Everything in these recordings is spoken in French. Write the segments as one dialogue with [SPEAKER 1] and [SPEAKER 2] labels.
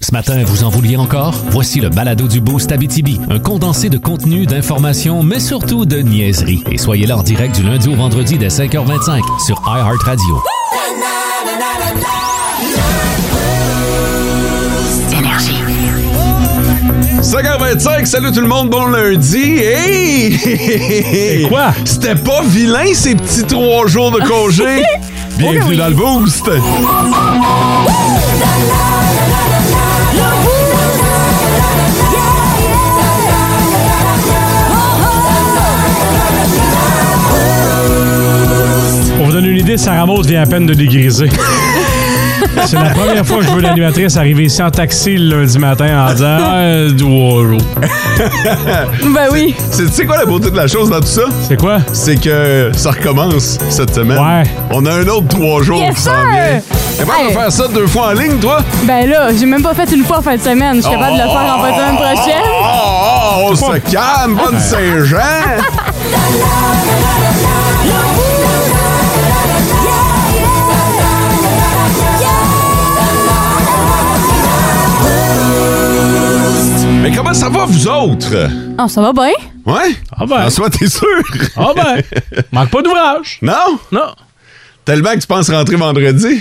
[SPEAKER 1] Ce matin, vous en vouliez encore? Voici le balado du Boost Abitibi, un condensé de contenu, d'informations, mais surtout de niaiseries. Et soyez là en direct du lundi au vendredi dès 5h25 sur iHeartRadio.
[SPEAKER 2] Énergie.
[SPEAKER 3] 5h25, salut tout le monde, bon lundi. Hey!
[SPEAKER 4] quoi?
[SPEAKER 3] C'était pas vilain ces petits trois jours de congé.
[SPEAKER 1] Oh
[SPEAKER 3] Bienvenue dans le boost.
[SPEAKER 4] Pour vous donner une idée, Sarah Maud vient à peine de dégriser. C'est la première fois que je veux l'animatrice arriver ici en taxi le lundi matin en disant Ah, du wow.
[SPEAKER 5] Ben oui.
[SPEAKER 3] C'est- Tu sais quoi la beauté de la chose dans tout ça?
[SPEAKER 4] C'est quoi?
[SPEAKER 3] C'est que ça recommence cette semaine.
[SPEAKER 4] Ouais.
[SPEAKER 3] On a un autre trois jours
[SPEAKER 5] Yes,
[SPEAKER 3] qui s'en
[SPEAKER 5] sir!
[SPEAKER 3] vient. T'es capable de
[SPEAKER 5] Hey.
[SPEAKER 3] faire ça deux fois en ligne, toi?
[SPEAKER 5] Ben là, j'ai même pas fait une fois en fin de semaine. Je suis capable de le faire en fin de semaine
[SPEAKER 3] Oh,
[SPEAKER 5] prochaine.
[SPEAKER 3] oh, on se calme, bonne Saint-Jean! Mais comment ça va, vous autres?
[SPEAKER 5] Oh, ça va bien?
[SPEAKER 3] Ouais?
[SPEAKER 4] Ah ben.
[SPEAKER 3] François, t'es sûr?
[SPEAKER 4] Ah ben! Manque pas d'ouvrage!
[SPEAKER 3] Non?
[SPEAKER 4] Non!
[SPEAKER 3] Tellement que tu penses rentrer vendredi?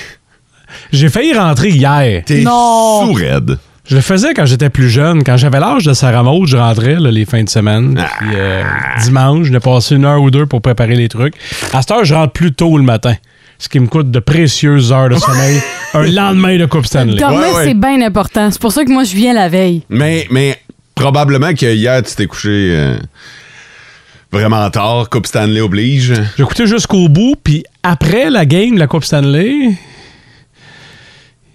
[SPEAKER 4] J'ai failli rentrer hier.
[SPEAKER 3] T'es
[SPEAKER 5] Non.
[SPEAKER 3] sourd-raide.
[SPEAKER 4] Je le faisais quand j'étais plus jeune. Quand j'avais l'âge de Sarah Maud, je rentrais là, les fins de semaine. Puis euh, dimanche, je passé une heure ou deux pour préparer les trucs. À cette heure, je rentre plus tôt le matin. Ce qui me coûte de précieuses heures de sommeil. Un lendemain de Coupe Stanley.
[SPEAKER 5] Dormir,
[SPEAKER 3] ouais.
[SPEAKER 5] c'est bien important. C'est pour ça que moi, je viens la veille.
[SPEAKER 3] Mais, mais probablement que hier, tu t'es couché euh, vraiment tard. Coupe Stanley oblige.
[SPEAKER 4] J'ai écouté jusqu'au bout, puis après la game de la Coupe Stanley,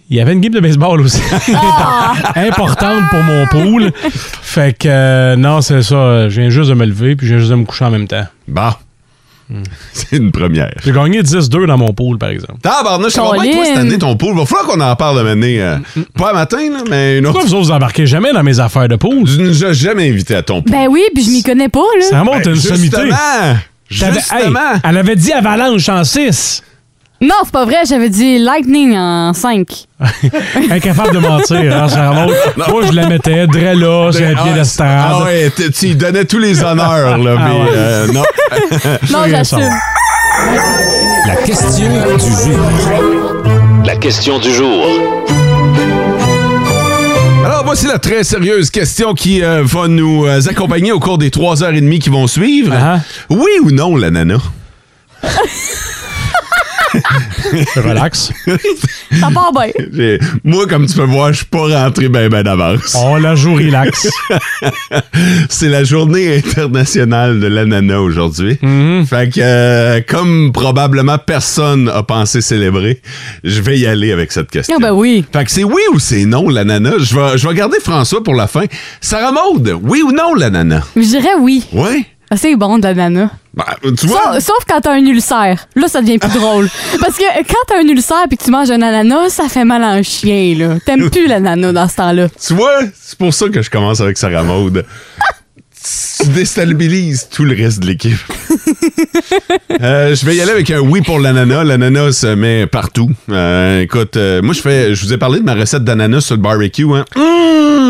[SPEAKER 4] il y avait une game de baseball aussi. Importante pour mon pool. Fait que, euh, non, c'est ça. Je viens juste de me lever, puis je viens juste de me coucher en même temps.
[SPEAKER 3] Bon. Bah. C'est une première.
[SPEAKER 4] Hmm. J'ai gagné 10-2 dans mon pool, par exemple.
[SPEAKER 3] Tabarnouche, ça va bien, toi,
[SPEAKER 5] Colin.
[SPEAKER 3] cette année, ton pool. Va falloir qu'on en parle maintenant. euh, pas à matin, là, mais une autre.
[SPEAKER 4] Hmm, Pourquoi vous autres vous embarquez jamais dans mes affaires de pool?
[SPEAKER 3] Tu nous as jamais invité à ton pool.
[SPEAKER 5] Ben oui, puis je m'y connais pas, là.
[SPEAKER 4] Ça remonte à une sommité.
[SPEAKER 3] Ben, Justement!
[SPEAKER 4] T'avais-
[SPEAKER 3] Justement!
[SPEAKER 4] Hey, elle avait dit avalanche en 6.
[SPEAKER 5] Non, c'est pas vrai. J'avais dit Lightning en 5.
[SPEAKER 4] Incapable de mentir, hein, ça remonte. Moi, je la mettais, drais là, sur un
[SPEAKER 3] Ah,
[SPEAKER 4] pied
[SPEAKER 3] Ah
[SPEAKER 4] d'estrade.
[SPEAKER 3] ouais, t- tu lui donnais tous les honneurs, là,
[SPEAKER 4] Ah
[SPEAKER 3] mais
[SPEAKER 4] ouais.
[SPEAKER 3] euh, non.
[SPEAKER 5] Non,
[SPEAKER 4] rien
[SPEAKER 5] j'assume.
[SPEAKER 4] savoir.
[SPEAKER 1] La question du jour.
[SPEAKER 6] La question du jour.
[SPEAKER 3] Alors, voici la très sérieuse question qui euh, va nous euh, accompagner au cours des trois heures et demie qui vont suivre.
[SPEAKER 4] Ah.
[SPEAKER 3] Oui ou non, la nana?
[SPEAKER 4] Relax.
[SPEAKER 5] Ça part bien.
[SPEAKER 3] J'ai- Moi, comme tu peux voir, je suis pas rentré ben ben d'avance.
[SPEAKER 4] On la joue relax.
[SPEAKER 3] C'est la journée internationale de l'ananas aujourd'hui. Fait que, euh, comme probablement personne a pensé célébrer, je vais y aller avec cette question.
[SPEAKER 5] Ah ben oui.
[SPEAKER 3] Fait que c'est oui ou c'est non, l'ananas? Je vais, je vais garder François pour la fin. Sarah Maude, oui ou non, l'ananas?
[SPEAKER 5] Mais Je dirais oui.
[SPEAKER 3] Ouais?
[SPEAKER 5] Ah, C'est bon, de la nana.
[SPEAKER 3] Bah, tu vois?
[SPEAKER 5] Sauf, sauf quand t'as un ulcère. Là, ça devient plus drôle. Parce que quand t'as un ulcère puis que tu manges un ananas, ça fait mal à un chien, là. T'aimes plus l'ananas dans ce temps-là.
[SPEAKER 3] Tu vois, c'est pour ça que je commence avec Sarah Maud. tu déstabilises tout le reste de l'équipe. Euh, je vais y aller avec un oui pour l'ananas. L'ananas se met partout. Euh, écoute, euh, moi, je fais, je vous ai parlé de ma recette d'ananas sur le barbecue. Hein. Hum,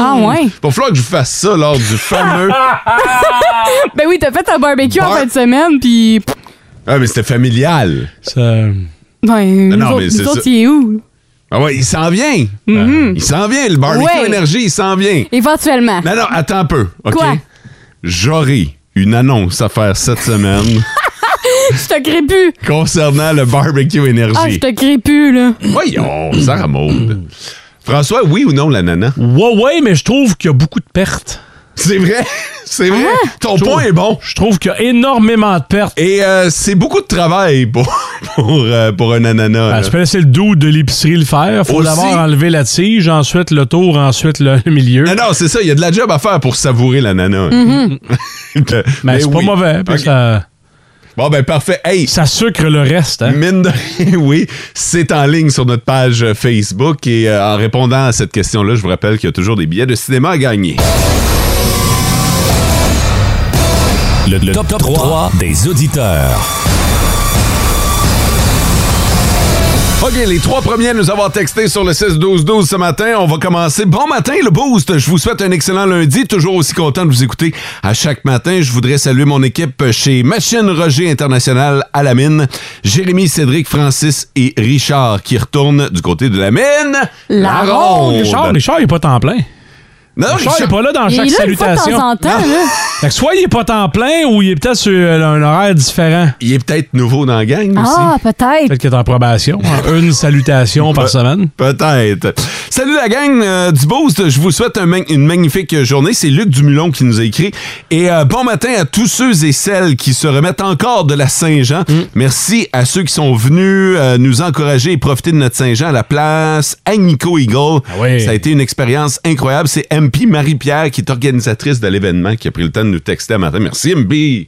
[SPEAKER 5] Ah ouais?
[SPEAKER 3] va falloir que je vous fasse ça lors du fameux.
[SPEAKER 5] Ben oui, t'as fait un barbecue en
[SPEAKER 3] Bar-
[SPEAKER 5] fin de semaine, puis... pff,
[SPEAKER 3] Ah, mais c'était familial.
[SPEAKER 4] Ça- euh,
[SPEAKER 5] Ben, nous
[SPEAKER 3] Non, non, mais
[SPEAKER 5] autres,
[SPEAKER 3] c'est
[SPEAKER 5] nous
[SPEAKER 3] ça.
[SPEAKER 5] autres, il est où?
[SPEAKER 3] Ah ouais, il s'en vient. Il s'en vient. Le barbecue
[SPEAKER 5] Mm-hmm. Ouais.
[SPEAKER 3] énergie, il s'en vient.
[SPEAKER 5] Éventuellement.
[SPEAKER 3] Non, non, attends un peu. OK?
[SPEAKER 5] Quoi?
[SPEAKER 3] J'aurai une annonce à faire cette semaine
[SPEAKER 5] Je te crée plus.
[SPEAKER 3] concernant le barbecue énergie.
[SPEAKER 5] Ah, je te crée plus, là.
[SPEAKER 3] Voyons, Sarah Maud. François, oui ou non l'ananas?
[SPEAKER 4] Ouais, ouais, mais je trouve qu'il y a beaucoup de pertes.
[SPEAKER 3] C'est vrai, c'est vrai. Ton
[SPEAKER 4] Je
[SPEAKER 3] point
[SPEAKER 4] trouve-
[SPEAKER 3] est bon.
[SPEAKER 4] Je trouve qu'il y a énormément de pertes.
[SPEAKER 3] Et euh, c'est beaucoup de travail pour, pour, euh, pour un ananas.
[SPEAKER 4] Ah,
[SPEAKER 3] là.
[SPEAKER 4] tu peux laisser le doux de l'épicerie le faire. Faut
[SPEAKER 3] Aussi-
[SPEAKER 4] d'abord enlever la tige, ensuite le tour, ensuite le milieu.
[SPEAKER 3] Non, non, c'est ça, il y a de la job à faire pour savourer l'ananas. mais
[SPEAKER 4] mais Ben, c'est pas
[SPEAKER 3] oui.
[SPEAKER 4] mauvais. puis
[SPEAKER 3] Ok.
[SPEAKER 4] ça,
[SPEAKER 3] Bon, ben parfait. Hey,
[SPEAKER 4] ça sucre le reste. hein.
[SPEAKER 3] Mine de rien, oui, c'est en ligne sur notre page euh, Facebook et euh, en répondant à cette question-là, je vous rappelle qu'il y a toujours des billets de cinéma à gagner.
[SPEAKER 1] Le, le top, 3 des auditeurs.
[SPEAKER 3] OK, les trois premiers à nous avoir texté sur le 6-12-12 ce matin, on va commencer. Bon matin, le boost! Je vous souhaite un excellent lundi. Toujours aussi content de vous écouter à chaque matin. Je voudrais saluer mon équipe chez Machine Roger International à la mine. Jérémy, Cédric, Francis et Richard qui retournent du côté de la mine.
[SPEAKER 5] La ronde.
[SPEAKER 4] Richard, Richard, il est pas temps plein.
[SPEAKER 3] Non,
[SPEAKER 4] Richard, il est
[SPEAKER 3] Richard-
[SPEAKER 4] pas là dans
[SPEAKER 5] Il
[SPEAKER 4] chaque
[SPEAKER 5] est là une fois de
[SPEAKER 4] salutation.
[SPEAKER 5] temps en temps, là.
[SPEAKER 4] Fait que soit il est pas temps plein ou il est peut-être sur euh, un horaire différent.
[SPEAKER 3] il est peut-être nouveau dans la gang aussi.
[SPEAKER 5] Ah, peut-être.
[SPEAKER 4] Peut-être qu'il est en probation. hein. Une salutation par semaine.
[SPEAKER 3] Peut-être. Salut la gang euh, du Boost. Je vous souhaite un mag- une magnifique journée. C'est Luc Dumulon qui nous a écrit. Et euh, bon matin à tous ceux et celles qui se remettent encore de la Saint-Jean.
[SPEAKER 4] Mm.
[SPEAKER 3] Merci à ceux qui sont venus euh, nous encourager et profiter de notre Saint-Jean à la place Agnico Eagle.
[SPEAKER 4] Ah oui.
[SPEAKER 3] Ça a été une expérience incroyable. C'est MP Marie-Pierre qui est organisatrice de l'événement qui a pris le temps de nous texter un matin. Merci MP.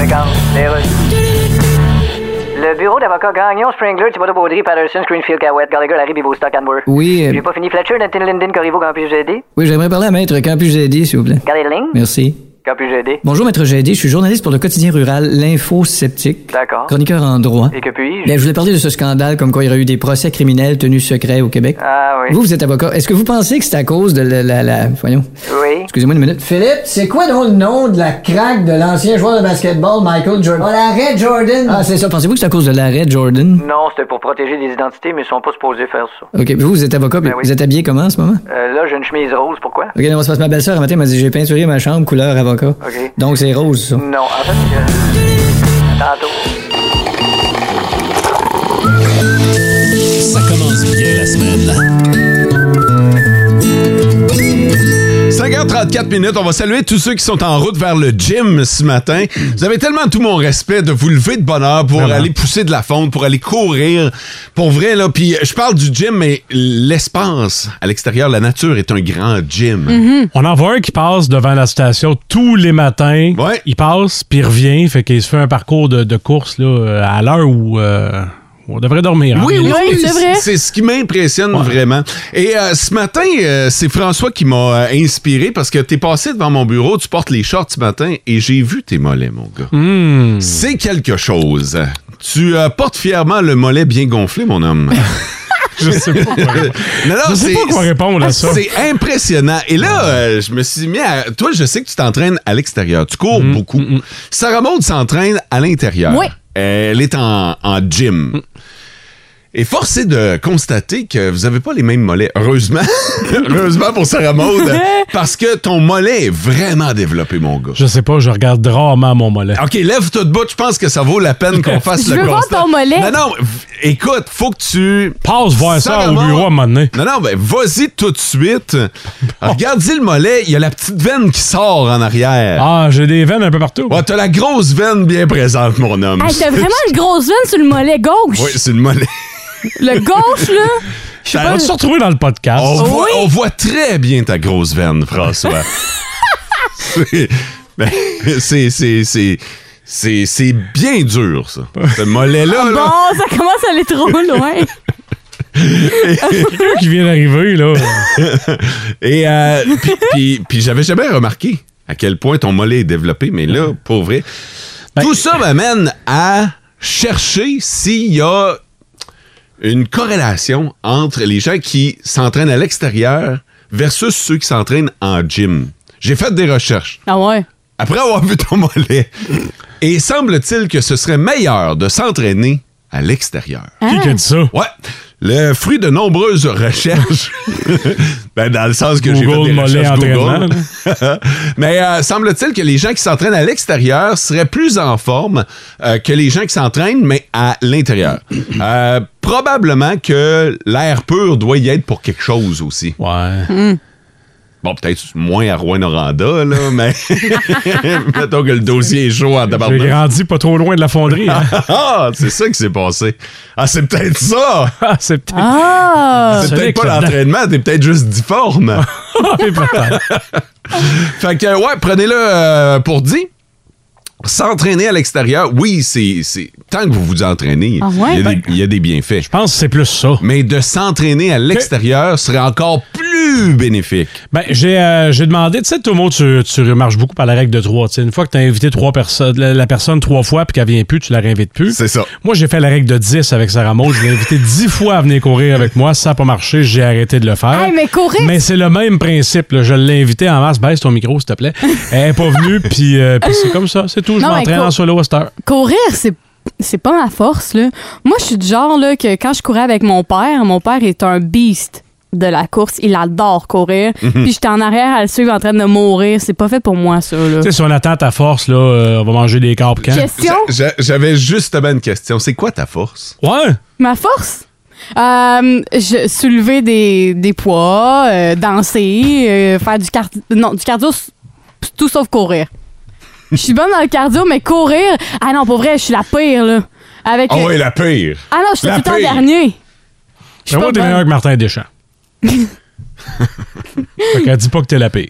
[SPEAKER 2] Regarde, les rues. Le bureau d'avocats Gagnon, Springler, Thibodeau, Baudry, Patterson, Greenfield, Cowett, Gallagher, Larry, Bibo, Stock, Anwer.
[SPEAKER 7] Oui, euh,
[SPEAKER 2] J'ai pas fini. Fletcher, Nathan, Linden, Corriveau, quand puis-je aider?
[SPEAKER 7] oui j'aimerais parler à Maître Campus GD, s'il vous plaît.
[SPEAKER 2] Gardez le ligne.
[SPEAKER 7] Merci.
[SPEAKER 2] Quand puis-je aider?
[SPEAKER 7] Bonjour, Maître GD. Je suis journaliste pour le quotidien rural L'Info Sceptique.
[SPEAKER 2] D'accord.
[SPEAKER 7] Chroniqueur en droit.
[SPEAKER 2] Et que puis-je?
[SPEAKER 7] Ben, je voulais parler de ce scandale comme quoi il y aurait eu des procès criminels tenus secrets au Québec.
[SPEAKER 2] Ah oui.
[SPEAKER 7] Vous, vous êtes avocat. Est-ce que vous pensez que c'est à cause de la... la, la- Voyons.
[SPEAKER 2] Oui.
[SPEAKER 7] Excusez-moi une minute. Philippe, c'est quoi donc le nom de la craque de l'ancien joueur de basketball Michael Jordan? Oh, l'arrêt Jordan. Ah, c'est ça. Pensez-vous que c'est à cause de l'arrêt Jordan?
[SPEAKER 2] Non, c'était pour protéger des identités, mais ils sont pas supposés faire ça.
[SPEAKER 7] OK. Vous, vous êtes avocat, mais
[SPEAKER 2] Ben oui.
[SPEAKER 7] vous êtes habillé comment en ce moment?
[SPEAKER 2] Euh, là, j'ai une chemise rose, pourquoi?
[SPEAKER 7] OK, non, c'est parce que ma belle-sœur, un matin, m'a dit j'ai peinturé ma chambre couleur avocat.
[SPEAKER 2] OK.
[SPEAKER 7] Donc, c'est rose, ça.
[SPEAKER 2] Non, en fait, euh, tantôt.
[SPEAKER 1] Ça commence bien la semaine.
[SPEAKER 3] 5h34 minutes, on va saluer tous ceux qui sont en route vers le gym ce matin. Vous avez tellement tout mon respect de vous lever de bonne heure pour
[SPEAKER 4] Vraiment.
[SPEAKER 3] aller pousser de la fonte, pour aller courir. Pour vrai, là, puis euh, je parle du gym, mais l'espace à l'extérieur, la nature est un grand gym.
[SPEAKER 4] On en voit un qui passe devant la station tous les matins.
[SPEAKER 3] Ouais.
[SPEAKER 4] Il passe, puis il revient. Fait qu'il se fait un parcours de, de course là, euh, à l'heure où euh, on devrait dormir. hein.
[SPEAKER 3] Oui, oui,
[SPEAKER 5] Oui, c'est vrai.
[SPEAKER 3] Ah, C'est ce qui m'impressionne vraiment. Et euh, ce matin, euh, c'est François qui m'a euh, inspiré parce que t'es passé devant mon bureau, tu portes les shorts ce matin et j'ai vu tes mollets, mon gars. C'est quelque chose. Tu euh, portes fièrement le mollet bien gonflé, mon homme.
[SPEAKER 4] Je sais pas. quoi répondre.
[SPEAKER 3] Non, non,
[SPEAKER 4] Je sais
[SPEAKER 3] c'est-
[SPEAKER 4] pas quoi répondre à ça.
[SPEAKER 3] Ah, C'est impressionnant. Et là, euh, je me suis mis à. Toi, je sais que tu t'entraînes à l'extérieur. Tu cours
[SPEAKER 4] Mm,
[SPEAKER 3] beaucoup. Sarah Maud s'entraîne à l'intérieur.
[SPEAKER 5] Oui.
[SPEAKER 3] Elle est en, en gym.
[SPEAKER 4] Mm.
[SPEAKER 3] Et force est de constater que vous n'avez pas les mêmes mollets. Heureusement. Heureusement pour Sarah Maud. parce que ton mollet est vraiment développé, mon gars.
[SPEAKER 4] Je sais pas, je regarde rarement mon mollet.
[SPEAKER 3] OK, lève-toi de bout. Je pense que ça vaut la peine qu'on fasse
[SPEAKER 5] Je
[SPEAKER 3] le
[SPEAKER 5] veux voir
[SPEAKER 3] constat.
[SPEAKER 5] ton mollet.
[SPEAKER 3] Non, non. v- Écoute, faut que tu
[SPEAKER 4] Passe voir ça, au
[SPEAKER 3] Sarah
[SPEAKER 4] bureau à un moment donné.
[SPEAKER 3] non, non, ben vas-y tout de suite. Regarde-y le mollet, il y a la petite veine qui sort en arrière.
[SPEAKER 4] Ah, j'ai des veines un peu partout.
[SPEAKER 3] Ouais, t'as la grosse veine bien présente, mon homme.
[SPEAKER 5] Hey, t'as vraiment une grosse veine sur le mollet gauche.
[SPEAKER 3] Oui, c'est le mollet.
[SPEAKER 5] Le gauche, là.
[SPEAKER 4] On va
[SPEAKER 3] T'as-
[SPEAKER 4] se retrouver dans le podcast.
[SPEAKER 3] On,
[SPEAKER 5] Oh, Oui.
[SPEAKER 3] voit, on voit très bien ta grosse veine, François. c'est ben, c'est- c'est- c'est- c'est- c'est bien dur, ça. Ce mollet-là, là,
[SPEAKER 5] Ah, Bon, ça commence à aller trop loin.
[SPEAKER 4] Quelqu'un qui vient d'arriver, là.
[SPEAKER 3] Et euh, puis- puis- puis j'avais jamais remarqué à quel point ton mollet est développé, mais là, pour vrai,
[SPEAKER 4] Ben-
[SPEAKER 3] tout ça m'amène à chercher s'il y a une corrélation entre les gens qui s'entraînent à l'extérieur versus ceux qui s'entraînent en gym. J'ai fait des recherches
[SPEAKER 5] Ah ouais.
[SPEAKER 3] après avoir vu ton mollet et semble-t-il que ce serait meilleur de s'entraîner à l'extérieur.
[SPEAKER 5] Hein?
[SPEAKER 4] Qui qui a dit ça?
[SPEAKER 3] Ouais. Le fruit de nombreuses recherches. ben, dans le sens que j'ai fait
[SPEAKER 4] Google,
[SPEAKER 3] des
[SPEAKER 4] mollet,
[SPEAKER 3] recherches
[SPEAKER 4] entraînement,
[SPEAKER 3] Google. Mais euh, semble-t-il que les gens qui s'entraînent à l'extérieur seraient plus en forme euh, que les gens qui s'entraînent, mais à l'intérieur. Euh, probablement que l'air pur doit y être pour quelque chose aussi.
[SPEAKER 4] Ouais.
[SPEAKER 3] Bon, peut-être moins à Rouen-Noranda, là, mais mettons que le dossier est chaud en
[SPEAKER 4] J'ai
[SPEAKER 3] tabarnak.
[SPEAKER 4] grandi pas trop loin de la fonderie. hein.
[SPEAKER 3] Ah, c'est ça qui s'est passé. Ah, c'est peut-être ça!
[SPEAKER 4] Ah, c'est peut-être.
[SPEAKER 5] Ah!
[SPEAKER 3] C'est peut-être
[SPEAKER 4] Solide,
[SPEAKER 3] pas
[SPEAKER 4] ça.
[SPEAKER 3] l'entraînement, t'es peut-être juste difforme. fait que, ouais, prenez-le euh, pour dit. S'entraîner à l'extérieur, oui, c'est. c'est- Tant que vous vous entraînez,
[SPEAKER 5] Ah ouais?
[SPEAKER 3] il, y a
[SPEAKER 5] Ben-
[SPEAKER 3] des, il y a des bienfaits.
[SPEAKER 4] Je pense que c'est plus ça.
[SPEAKER 3] Mais de s'entraîner à l'extérieur serait encore plus plus bénéfique.
[SPEAKER 4] Ben, j'ai euh, j'ai demandé, tu sais, Tomo, tu, tu marches beaucoup par la règle de trois. tu sais. Une fois que tu as invité trois personnes, la, la personne trois fois puis qu'elle vient plus, tu la réinvites plus.
[SPEAKER 3] C'est ça.
[SPEAKER 4] Moi, j'ai fait la règle de 10 avec Sarah Maud. Je l'ai invité 10 fois à venir courir avec moi. Ça n'a pas marché. J'ai arrêté de le faire.
[SPEAKER 5] Hey, mais courir,
[SPEAKER 4] Mais c'est le même principe. là. Je l'ai invité en masse. Baisse ton micro, s'il te plaît. Elle n'est pas venue. Puis euh, puis c'est comme ça. C'est tout. Je
[SPEAKER 5] Non, mais
[SPEAKER 4] m'entraîne
[SPEAKER 5] cour-
[SPEAKER 4] en solo à cette heure.
[SPEAKER 5] courir, c'est c'est pas ma force là. Moi, je suis du genre là que quand je courais avec mon père, mon père est un beast de la course, il adore courir.
[SPEAKER 3] Mhm.
[SPEAKER 5] Puis j'étais en arrière à le suivre en train de mourir, c'est pas fait pour moi ça là.
[SPEAKER 4] Tu sais, si on attend ta force, là, euh, on va manger des corps quand?
[SPEAKER 5] Question,
[SPEAKER 3] J'a- J'avais justement une question. C'est quoi ta force?
[SPEAKER 4] Ouais!
[SPEAKER 5] ma force Euh, je, soulever des, des poids, euh, danser, euh, faire du cardio. Non, du cardio, s- tout sauf courir. Je suis bonne dans le cardio, mais courir. Ah non, pour vrai, je suis la pire, là. Avec,
[SPEAKER 3] Ah ouais, la pire.
[SPEAKER 5] Ah non, je suis tout
[SPEAKER 3] La
[SPEAKER 5] le temps
[SPEAKER 3] pire.
[SPEAKER 5] dernier. Je suis
[SPEAKER 4] Mais moi,
[SPEAKER 5] pas
[SPEAKER 4] t'es meilleur
[SPEAKER 5] bonne.
[SPEAKER 4] que Martin Deschamps. fait qu'elle dit pas que t'es la pire.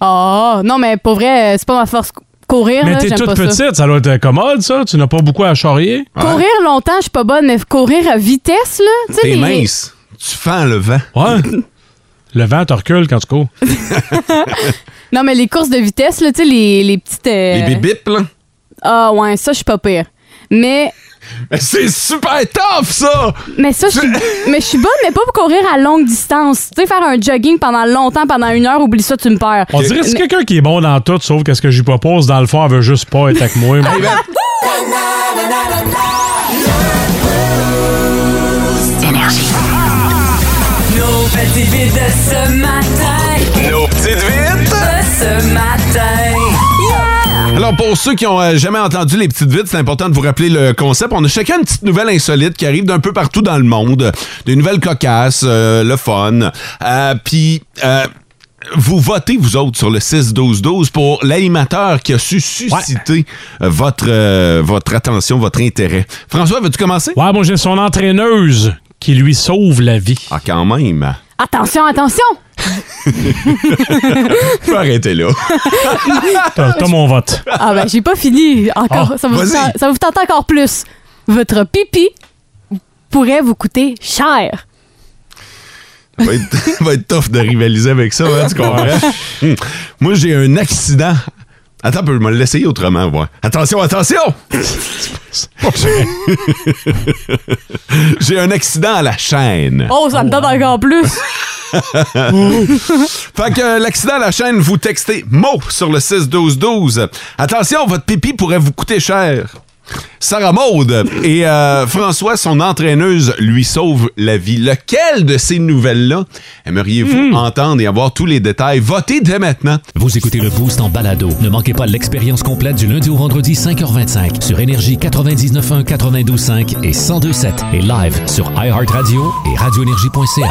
[SPEAKER 5] Ah, non, mais pour vrai, euh, c'est pas ma force. Cou- Courir,
[SPEAKER 4] Mais
[SPEAKER 5] là,
[SPEAKER 4] t'es
[SPEAKER 5] j'aime
[SPEAKER 4] toute
[SPEAKER 5] pas ça.
[SPEAKER 4] petite, ça doit être commode, ça. Tu n'as pas beaucoup à charrier.
[SPEAKER 5] Courir longtemps, je suis pas bonne, mais courir à vitesse, là. tu sais,
[SPEAKER 3] T'es
[SPEAKER 5] les-
[SPEAKER 3] mince. Tu fends le vent.
[SPEAKER 4] Ouais. Le vent te recule quand tu cours.
[SPEAKER 5] Non, mais les courses de vitesse, là, tu sais, les, les petites. euh,
[SPEAKER 3] Les bibips, là.
[SPEAKER 5] Ah, ouais, ça, je suis pas pire. Mais
[SPEAKER 3] Mais C'est super tough, ça!
[SPEAKER 5] Mais ça, je suis, mais je suis bonne, mais pas pour courir à longue distance. Tu sais, faire un jogging pendant longtemps, pendant une heure, oublie ça, tu me perds.
[SPEAKER 4] On dirait que c'est
[SPEAKER 5] Mais-
[SPEAKER 4] quelqu'un qui est bon dans tout, sauf que ce que j'y propose, dans le fond, elle veut juste pas être avec moi.
[SPEAKER 3] Hey, Ben,
[SPEAKER 8] Nos petites vites de ce matin.
[SPEAKER 3] nos petites vites!
[SPEAKER 8] De ce matin.
[SPEAKER 3] Alors, pour ceux qui ont euh, jamais entendu les petites vites, c'est important de vous rappeler le concept. On a chacun une petite nouvelle insolite qui arrive d'un peu partout dans le monde. Des nouvelles cocasses, euh, le fun. Euh, Puis, euh, vous votez, vous autres, sur le 6-12-12 pour l'animateur qui a su susciter euh, votre, euh, votre attention, votre intérêt. François, veux-tu commencer?
[SPEAKER 4] Ouais, bon, j'ai son entraîneuse qui lui sauve la vie.
[SPEAKER 3] Ah, quand même.
[SPEAKER 5] Attention, attention!
[SPEAKER 3] Je peux arrêter là.
[SPEAKER 4] T'as t'as mon vote.
[SPEAKER 5] Ah ben, j'ai pas fini encore.
[SPEAKER 4] Ah,
[SPEAKER 5] ça, va vous
[SPEAKER 3] vas-y.
[SPEAKER 5] tenter- ça va vous tenter encore plus. Votre pipi pourrait vous coûter cher.
[SPEAKER 3] Ça va être, ça va être tough de rivaliser avec ça, hein, tu comprends? Hum. Moi, j'ai un accident. Attends, un peu, je vais l'essayer autrement, voir. Attention, attention! j'ai un accident à la chaîne.
[SPEAKER 5] Oh, ça me donne encore plus.
[SPEAKER 3] Fait que euh, l'accident à la chaîne, vous textez mot sur le 6-12-12. Attention, votre pipi pourrait vous coûter cher. Sarah Maude et euh, François, son entraîneuse, lui sauve la vie. Lequel de ces nouvelles-là aimeriez-vous entendre et avoir tous les détails? Votez dès maintenant.
[SPEAKER 1] Vous écoutez le Boost en balado. Ne manquez pas l'expérience complète du lundi au vendredi 5h25 sur Énergie 99.1, 92.5 et 102.7 et live sur iHeartRadio et radioénergie.ca.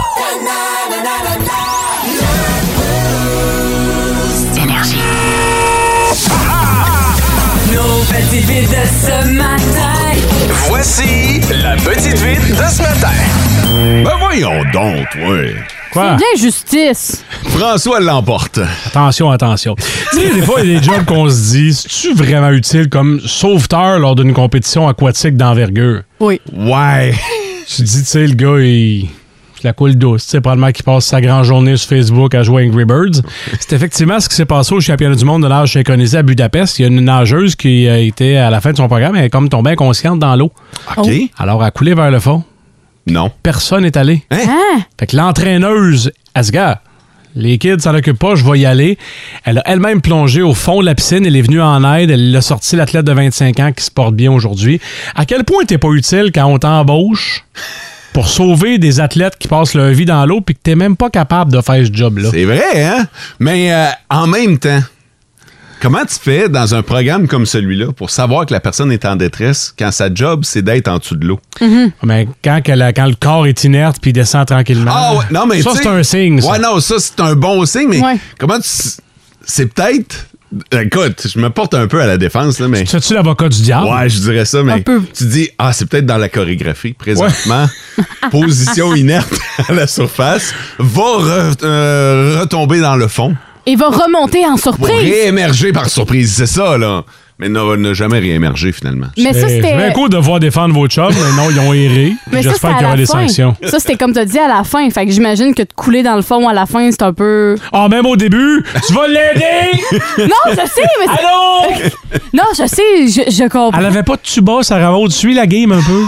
[SPEAKER 8] Nos petites vites de ce matin.
[SPEAKER 9] Voici la petite vite de ce matin.
[SPEAKER 3] Ben voyons donc, oui.
[SPEAKER 4] Quoi?
[SPEAKER 5] Bien justice.
[SPEAKER 3] François l'emporte.
[SPEAKER 4] Attention, attention. Tu sais, des fois, il y a des jobs qu'on se dit, c'est-tu vraiment utile comme sauveteur lors d'une compétition aquatique d'envergure?
[SPEAKER 5] Oui.
[SPEAKER 3] Ouais.
[SPEAKER 4] Tu te dis, tu sais, le gars, il. c'est La coule douce. Tu sais, probablement qu'il passe sa grande journée sur Facebook à jouer à Angry Birds. C'est effectivement ce qui s'est passé au championnat du monde de nage synchronisé à Budapest. Il y a une nageuse qui a été à la fin de son programme, elle est comme tombée inconsciente dans l'eau.
[SPEAKER 3] OK.
[SPEAKER 4] Alors, elle a coulé vers le fond.
[SPEAKER 3] Non.
[SPEAKER 4] Personne n'est allé.
[SPEAKER 5] Hein?
[SPEAKER 4] Fait que l'entraîneuse, à ce gars, les kids s'en occupent pas, je vais y aller. Elle a elle-même plongé au fond de la piscine, elle est venue en aide, elle a sorti l'athlète de 25 ans qui se porte bien aujourd'hui. À quel point t'es pas utile quand on t'embauche pour sauver des athlètes qui passent leur vie dans l'eau puis que t'es même pas capable de faire ce job-là?
[SPEAKER 3] C'est vrai, hein? Mais euh, en même temps, comment tu fais dans un programme comme celui-là pour savoir que la personne est en détresse quand sa job, c'est d'être en dessous de l'eau?
[SPEAKER 4] Mais quand, que la- quand le corps est inerte puis il descend tranquillement,
[SPEAKER 3] Ah ouais, non, mais
[SPEAKER 4] ça
[SPEAKER 3] tu sais-
[SPEAKER 4] c'est un signe. ça.
[SPEAKER 3] Ouais, non, ça, c'est un bon signe, mais
[SPEAKER 5] Ouais.
[SPEAKER 3] comment tu. C'est peut-être. Écoute, je me porte un peu à la défense, là, mais.
[SPEAKER 4] C'est-tu l'avocat du diable?
[SPEAKER 3] Ouais, je dirais ça, mais
[SPEAKER 5] peu.
[SPEAKER 3] tu dis, ah, c'est peut-être dans la chorégraphie, présentement, position inerte à la surface, va re- euh, retomber dans le fond
[SPEAKER 5] Et va remonter en
[SPEAKER 3] pour
[SPEAKER 5] surprise.
[SPEAKER 3] réémerger par surprise, c'est ça, là. Mais n'a n'a jamais réémergé finalement.
[SPEAKER 5] Mais ça,
[SPEAKER 4] Eh, C'est bien
[SPEAKER 5] c'était.
[SPEAKER 4] cool de voir défendre vos chums, mais non, ils ont erré.
[SPEAKER 5] Mais ça, c'était
[SPEAKER 4] J'espère
[SPEAKER 5] à
[SPEAKER 4] qu'il y aura
[SPEAKER 5] la
[SPEAKER 4] des
[SPEAKER 5] fin.
[SPEAKER 4] sanctions.
[SPEAKER 5] Ça, c'était comme t'as dit à la fin. Fait que j'imagine que de couler dans le fond à la fin, c'est un peu.
[SPEAKER 4] Ah, même au début, tu vas l'aider!
[SPEAKER 5] Non, je sais, mais. c'est-
[SPEAKER 4] Allô?
[SPEAKER 5] Non, je sais, je, je comprends.
[SPEAKER 4] Elle avait pas de tuba, Sarah Maud. Suis la game un peu.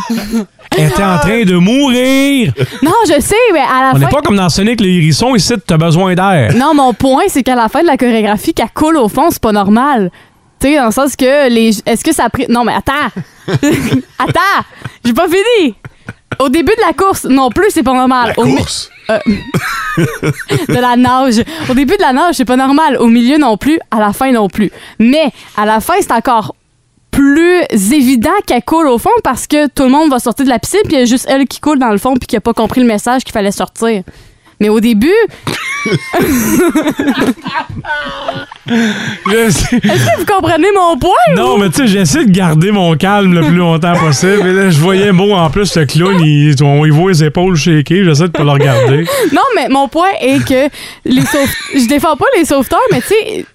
[SPEAKER 4] Elle était en train de mourir.
[SPEAKER 5] Non, je sais, mais à la
[SPEAKER 4] On
[SPEAKER 5] fin.
[SPEAKER 4] n'est pas comme dans Sonic le hérisson ici, t'as besoin d'air.
[SPEAKER 5] Non, mon point, c'est qu'à la fin de la chorégraphie, qu'elle coule au fond, c'est pas normal. Tu sais, dans le sens que les. Est-ce que ça a pris. Non, mais attends! attends! J'ai pas fini! Au début de la course, non plus, c'est pas normal. Au mi-
[SPEAKER 3] Course.
[SPEAKER 5] de la nage. Au début de la nage, c'est pas normal. Au milieu non plus, à la fin non plus. Mais à la fin, c'est encore plus évident qu'elle coule au fond parce que tout le monde va sortir de la piscine, puis il y a juste elle qui coule dans le fond, puis qui a pas compris le message qu'il fallait sortir. Mais au début,
[SPEAKER 4] Je sais-
[SPEAKER 5] vous comprenez mon point?
[SPEAKER 4] Non, mais tu sais, j'essaie de garder mon calme le plus longtemps possible. Et là, je voyais Mo en plus, le clown, il, on y voit les épaules shaker. J'essaie de pas le regarder.
[SPEAKER 5] Non, mais mon point est que les sauve- je défends pas les sauveteurs, mais tu sais,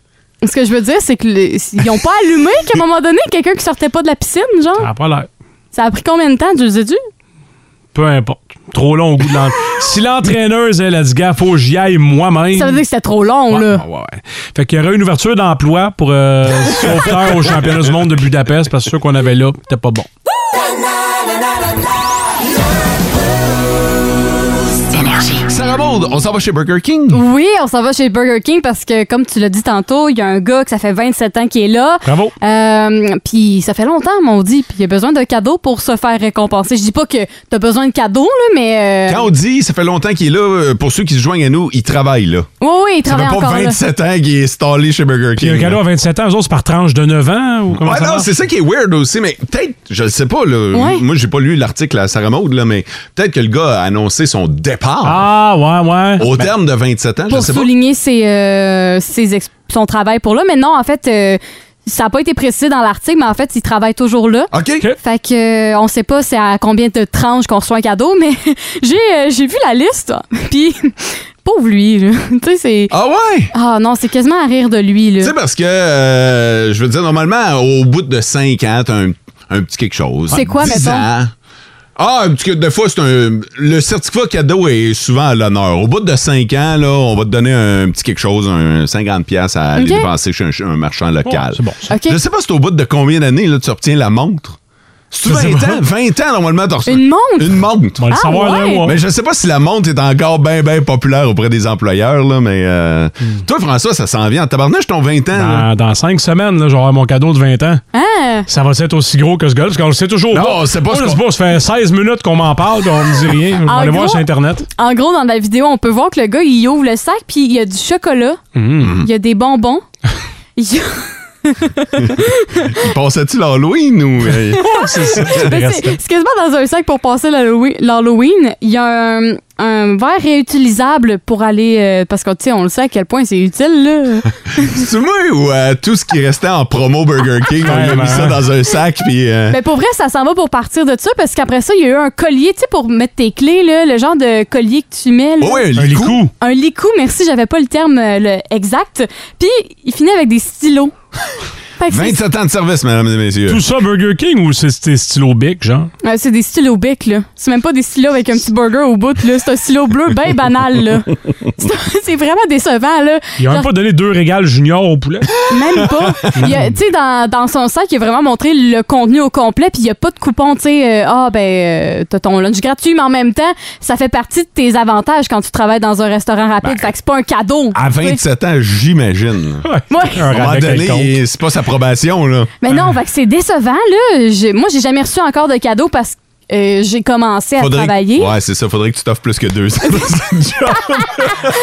[SPEAKER 5] ce que je veux dire, c'est qu'ils ont pas allumé qu'à un moment donné, quelqu'un qui sortait pas de la piscine,
[SPEAKER 4] Ça
[SPEAKER 5] genre.
[SPEAKER 4] n'a pas l'air.
[SPEAKER 5] Ça a pris combien de temps, tu le sais-tu?
[SPEAKER 4] Peu importe. Trop long au goût de l'entraîneur. Si l'entraîneuse, elle a dit, gars, faut que j'y aille moi-même.
[SPEAKER 5] Ça veut dire que c'était trop long,
[SPEAKER 4] Ouais,
[SPEAKER 5] là.
[SPEAKER 4] ouais, ouais. Fait qu'il y aurait une ouverture d'emploi pour euh, sauveteur au championnat du monde de Budapest parce que ceux qu'on avait là, c'était pas bon.
[SPEAKER 3] Sarah Maud, on s'en va chez Burger King.
[SPEAKER 5] Oui, on s'en va chez Burger King parce que, comme tu l'as dit tantôt, il y a un gars que ça fait 27 ans qui est là.
[SPEAKER 4] Bravo.
[SPEAKER 5] Euh, puis ça fait longtemps, m'ont dit. Puis il a besoin de cadeaux pour se faire récompenser. Je dis pas que t'as besoin de cadeaux, là, mais... euh,
[SPEAKER 3] Quand on dit, ça fait longtemps qu'il est là, euh, pour ceux qui se joignent à nous, il travaille là.
[SPEAKER 5] Oui, oui, il
[SPEAKER 3] Ça fait
[SPEAKER 5] travaille
[SPEAKER 3] pas
[SPEAKER 5] encore là.
[SPEAKER 3] 27 ans qu'il est stallé chez Burger
[SPEAKER 4] Puis euh,
[SPEAKER 3] King.
[SPEAKER 4] un
[SPEAKER 3] là.
[SPEAKER 4] cadeau à 27 ans, eux autres, c'est par tranche de 9 ans ou comment
[SPEAKER 3] Ouais,
[SPEAKER 4] ça
[SPEAKER 3] non,
[SPEAKER 4] marche?
[SPEAKER 3] c'est ça qui est weird aussi, mais peut-être, je le sais pas, là.
[SPEAKER 5] Ouais.
[SPEAKER 3] Moi, j'ai pas lu l'article à Sarah Maud, là, mais peut-être que le gars a annoncé son départ
[SPEAKER 4] Ah, ouais, ouais.
[SPEAKER 3] au terme de 27 ans, je
[SPEAKER 5] pour
[SPEAKER 3] sais pas.
[SPEAKER 5] souligner ses, euh, ses ex- son travail pour là. Mais non, en fait, euh, ça n'a pas été précisé dans l'article, mais en fait, il travaille toujours là.
[SPEAKER 3] OK.
[SPEAKER 4] OK.
[SPEAKER 5] Fait que euh, on sait pas c'est à combien de tranches qu'on reçoit un cadeau, mais j'ai euh, j'ai vu la liste, puis pauvre lui, là. tu sais c'est
[SPEAKER 3] Ah ouais?
[SPEAKER 5] ah non c'est quasiment à rire de lui
[SPEAKER 3] Tu
[SPEAKER 5] là.
[SPEAKER 3] sais, parce que, euh, je veux dire, normalement, au bout de 5 ans, t'as un, un petit quelque chose.
[SPEAKER 5] C'est quoi,
[SPEAKER 3] 10
[SPEAKER 5] mettons?
[SPEAKER 3] ans. Ah, un petit, des fois, c'est un. Le certificat cadeau est souvent à l'honneur. Au bout de 5 ans, là, on va te donner un petit quelque chose, un 50$ piastres à aller
[SPEAKER 5] Ok.
[SPEAKER 3] dépenser chez un, un marchand local.
[SPEAKER 4] Oh, c'est bon, ça.
[SPEAKER 5] Ok.
[SPEAKER 3] Je sais pas si c'est au bout de combien d'années, là, tu obtiens la montre. C'est 20
[SPEAKER 4] sais pas.
[SPEAKER 3] ans? 20 ans, normalement, t'as reçu-
[SPEAKER 5] Une montre?
[SPEAKER 3] Une montre.
[SPEAKER 4] On va le
[SPEAKER 5] Ah,
[SPEAKER 4] savoir là,
[SPEAKER 5] ouais.
[SPEAKER 4] moi.
[SPEAKER 3] Mais je sais pas si la montre est encore bien, bien populaire auprès des employeurs, là, mais. euh,
[SPEAKER 4] Hmm.
[SPEAKER 3] Toi, François, ça s'en vient. En tabarnouche, ton 20 ans. là. euh,
[SPEAKER 4] Dans, dans cinq semaines, là, j'aurai mon cadeau de 20 ans.
[SPEAKER 5] Hein?
[SPEAKER 4] Ça va être aussi gros que ce gars parce qu'on le sait toujours
[SPEAKER 3] Non,
[SPEAKER 4] pas.
[SPEAKER 3] on sait pas
[SPEAKER 4] On
[SPEAKER 3] ce
[SPEAKER 4] le
[SPEAKER 3] qu'on-
[SPEAKER 4] sait pas. Ça fait 16 minutes qu'on m'en parle, puis on me dit rien. Je vais
[SPEAKER 5] En
[SPEAKER 4] aller voir
[SPEAKER 5] gros-
[SPEAKER 4] sur Internet.
[SPEAKER 5] En gros dans la vidéo on peut voir que le gars il ouvre le sac puis il y a du chocolat, il y a des bonbons. Il y a-
[SPEAKER 3] Passais-tu l'Halloween ou. euh,
[SPEAKER 4] C'est ça.
[SPEAKER 5] Mais Ben, c'est c'est quasiment dans un sac pour passer l'Halloween- l'Halloween. Il y a un, un verre réutilisable pour aller. euh, parce que, tu sais, on le sait à quel point c'est utile, là.
[SPEAKER 3] C'est moi ou euh, tout ce qui restait en promo Burger King, on a
[SPEAKER 4] Ouais, ben,
[SPEAKER 3] mis ça
[SPEAKER 4] ouais.
[SPEAKER 3] dans un sac, puis. euh,
[SPEAKER 5] Mais Ben, pour vrai, ça s'en va pour partir de ça, parce qu'après ça, il y a eu un collier, tu sais, pour mettre tes clés, là, le genre de collier que tu mets. là.
[SPEAKER 3] Oh, ouais,
[SPEAKER 4] Un
[SPEAKER 3] licou.
[SPEAKER 4] licou.
[SPEAKER 5] Un licou, merci, j'avais pas le terme euh, le exact. Puis, il finit avec des stylos. Fait que c'est-
[SPEAKER 3] 27 ans de service, mesdames et messieurs.
[SPEAKER 4] Tout ça, Burger King ou c'est c'était stylo bic, genre?
[SPEAKER 5] euh, c'est des stylos bec, là. C'est même pas des stylos avec un petit burger au bout, là. C'est un stylo bleu bien banal, là. C'est- C'est vraiment décevant, là.
[SPEAKER 4] Il a même pas donné deux régales junior au poulet.
[SPEAKER 5] Même pas. Il y a- Tu sais, dans, dans son sac, il a vraiment montré le contenu au complet, puis il n'y a pas de coupon, tu sais, euh, ah ben, euh, t'as ton lunch gratuit, mais en même temps, ça fait partie de tes avantages quand tu travailles dans un restaurant rapide. fait que c'est pas un cadeau.
[SPEAKER 3] Ben, À
[SPEAKER 5] tu sais.
[SPEAKER 3] 27 ans, j'imagine.
[SPEAKER 4] Ouais.
[SPEAKER 5] Ouais.
[SPEAKER 4] Un
[SPEAKER 3] À un moment
[SPEAKER 4] rabais quelconque.
[SPEAKER 3] donné, c'est pas sa probation, là.
[SPEAKER 5] Mais non, fait que c'est décevant, là. J'ai- Moi, j'ai jamais reçu encore de cadeau parce que euh, j'ai commencé à
[SPEAKER 3] Faudrait que-
[SPEAKER 5] travailler.
[SPEAKER 3] Ouais, c'est ça. Faudrait que tu t'offres plus que deux ans dans ce job.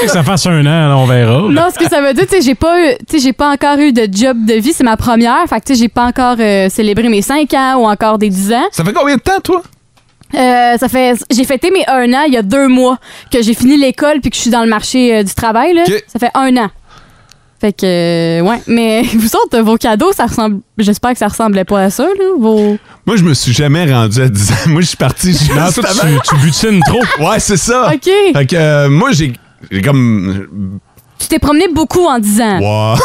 [SPEAKER 4] que ça fasse un an, là, on verra.
[SPEAKER 5] Non, ce que ça veut dire, tu sais, j'ai pas, eu- tu sais, j'ai pas encore eu de job de vie, c'est ma première. Fait que, tu sais, j'ai pas encore euh, célébré mes 5 ans ou encore des 10 ans.
[SPEAKER 3] Ça fait combien de temps, toi?
[SPEAKER 5] Euh, ça fait, j'ai fêté mes un an il y a deux mois que j'ai fini l'école puis que je suis dans le marché euh, du travail. Là.
[SPEAKER 3] Ok.
[SPEAKER 5] Ça fait un an. Fait que, euh, ouais. Mais vous autres, vos cadeaux, ça ressemble. J'espère que ça ressemblait pas à ça, là. Vos...
[SPEAKER 3] Moi, je me suis jamais rendu à 10 ans. Moi, je suis parti. juste
[SPEAKER 4] Non, toi,
[SPEAKER 3] avant.
[SPEAKER 4] tu, tu butines trop.
[SPEAKER 3] Ouais, c'est ça.
[SPEAKER 5] Ok.
[SPEAKER 3] Fait que euh, moi, j'ai j'ai comme.
[SPEAKER 5] Tu t'es promené beaucoup en 10 ans.
[SPEAKER 3] Wow.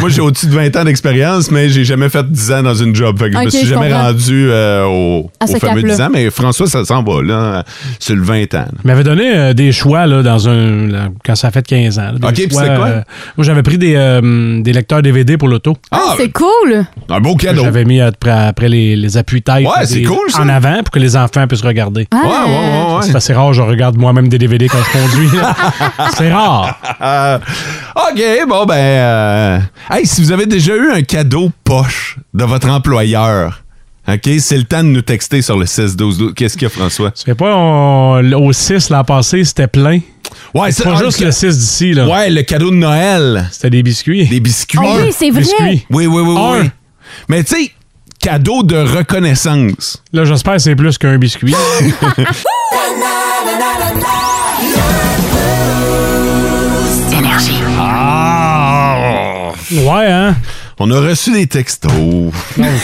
[SPEAKER 3] Moi, j'ai au-dessus de 20 ans d'expérience, mais j'ai jamais fait 10 ans dans une job. Fait que je me
[SPEAKER 5] Ok,
[SPEAKER 3] suis
[SPEAKER 5] je
[SPEAKER 3] jamais
[SPEAKER 5] comprends.
[SPEAKER 3] rendu euh, au,
[SPEAKER 5] À
[SPEAKER 3] au
[SPEAKER 5] ce
[SPEAKER 3] fameux
[SPEAKER 5] cap-là.
[SPEAKER 3] 10 ans. Mais François, ça s'en va, là, sur le 20 ans.
[SPEAKER 4] Il m'avait donné euh, des choix là, dans un, là, quand ça a fait 15 ans. là, des
[SPEAKER 3] Ok, puis
[SPEAKER 4] choix, euh,
[SPEAKER 3] c'était quoi?
[SPEAKER 4] moi, j'avais pris des, euh, des lecteurs DVD pour l'auto.
[SPEAKER 3] Ah,
[SPEAKER 5] C'est cool.
[SPEAKER 3] un beau cadeau.
[SPEAKER 4] J'avais mis euh, après, après les, les appuis-têtes
[SPEAKER 3] Ah, Ouais,
[SPEAKER 4] là,
[SPEAKER 3] c'est
[SPEAKER 4] des-
[SPEAKER 3] cool, ça.
[SPEAKER 4] en avant pour que les enfants puissent regarder.
[SPEAKER 5] Ah,
[SPEAKER 3] Ouais, ouais, ouais, ouais.
[SPEAKER 4] C'est assez rare, je regarde moi-même des DVD quand je conduis. là. c'est rare.
[SPEAKER 5] Ah.
[SPEAKER 3] Euh, OK, bon, ben. euh, hey, si vous avez déjà eu un cadeau poche de votre employeur, OK, c'est le temps de nous texter sur le 16-12-12. Qu'est-ce qu'il y a, François?
[SPEAKER 4] C'est pas on- au 6 l'an passé, c'était plein.
[SPEAKER 3] Ouais,
[SPEAKER 4] C'est pas
[SPEAKER 3] ah,
[SPEAKER 4] juste
[SPEAKER 3] ca-
[SPEAKER 4] le 6 d'ici, là.
[SPEAKER 3] Ouais, le cadeau de Noël.
[SPEAKER 4] C'était des biscuits.
[SPEAKER 3] Des biscuits.
[SPEAKER 5] Ah oui, c'est vrai.
[SPEAKER 4] Biscuits.
[SPEAKER 3] Oui, oui, oui, oui.
[SPEAKER 4] Un.
[SPEAKER 3] oui. Mais tu sais, cadeau de reconnaissance.
[SPEAKER 4] Là, j'espère que c'est plus qu'un biscuit. ouais, hein?
[SPEAKER 3] On a reçu des textos.
[SPEAKER 4] Non,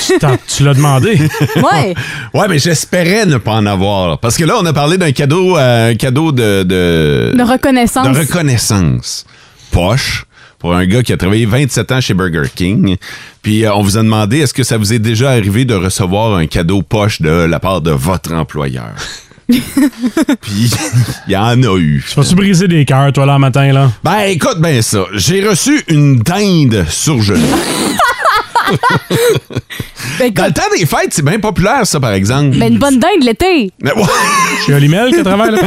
[SPEAKER 4] tu t'en- tu l'as demandé.
[SPEAKER 5] Ouais.
[SPEAKER 3] Ouais, mais j'espérais ne pas en avoir. là. Parce que là, on a parlé d'un cadeau, euh, un cadeau de, de,
[SPEAKER 5] De reconnaissance.
[SPEAKER 3] de reconnaissance. Poche. Pour un gars qui a travaillé 27 ans chez Burger King. Puis euh, on vous a demandé, est-ce que ça vous est déjà arrivé de recevoir un cadeau poche de la part de votre employeur? Puis il y en a eu.
[SPEAKER 4] Tu vas-tu briser des cœurs, toi, là, le matin, là?
[SPEAKER 3] Ben écoute bien ça, j'ai reçu une dinde surgelée.
[SPEAKER 5] Ben,
[SPEAKER 3] Dans le
[SPEAKER 5] écoute,
[SPEAKER 3] temps des fêtes, c'est bien populaire ça par exemple.
[SPEAKER 5] ben, une bonne dinde l'été.
[SPEAKER 3] Mais ouais,
[SPEAKER 4] J'ai un email qui travaille là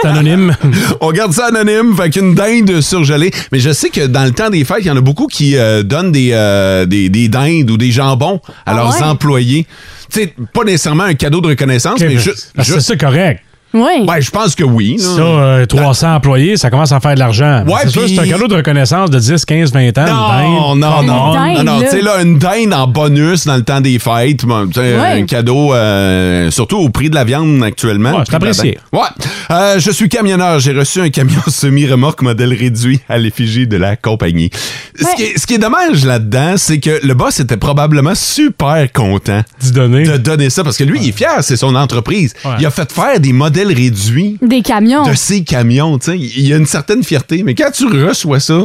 [SPEAKER 4] C'est anonyme.
[SPEAKER 3] On garde ça anonyme, fait qu'une dinde surgelée. Mais je sais que dans le temps des fêtes, il y en a beaucoup qui euh, donnent des, euh, des, des dindes ou des jambons à
[SPEAKER 5] Ah
[SPEAKER 3] leurs
[SPEAKER 5] ouais?
[SPEAKER 3] employés. Tu sais, pas nécessairement un cadeau de reconnaissance, mais
[SPEAKER 4] Ok,
[SPEAKER 3] juste...
[SPEAKER 4] parce que C'est ça correct.
[SPEAKER 5] Ouais.
[SPEAKER 3] Ouais, je pense que oui. là.
[SPEAKER 4] Ça, euh, 300 employés, ça commence à faire de l'argent.
[SPEAKER 3] Ouais,
[SPEAKER 4] c'est sûr,
[SPEAKER 3] puis-
[SPEAKER 4] c'est un cadeau de reconnaissance de 10, 15, 20
[SPEAKER 3] Non,
[SPEAKER 4] ans.
[SPEAKER 3] non, non,
[SPEAKER 5] Ah, Une
[SPEAKER 3] non,
[SPEAKER 5] dinde,
[SPEAKER 3] non,
[SPEAKER 5] là.
[SPEAKER 3] tu sais là, une dinde en bonus dans le temps des fêtes, bon, tu sais,
[SPEAKER 5] Ouais.
[SPEAKER 3] un cadeau, euh, surtout au prix de la viande actuellement.
[SPEAKER 4] Ouais,
[SPEAKER 3] le
[SPEAKER 4] c'est
[SPEAKER 3] prix de la
[SPEAKER 4] apprécié.
[SPEAKER 3] dinde. Ouais, Euh, je suis camionneur, j'ai reçu un camion semi-remorque modèle réduit à l'effigie de la compagnie. Ce,
[SPEAKER 5] Ouais.
[SPEAKER 3] qui est, ce qui est dommage là-dedans, c'est que le boss était probablement super content
[SPEAKER 4] Dis donner.
[SPEAKER 3] de donner ça parce que lui, il est fier, c'est son entreprise.
[SPEAKER 4] Ouais.
[SPEAKER 3] Il a fait faire des modèles réduits
[SPEAKER 5] Des camions.
[SPEAKER 3] de ses camions. tu sais. Il y a une certaine fierté, mais quand tu reçois ça,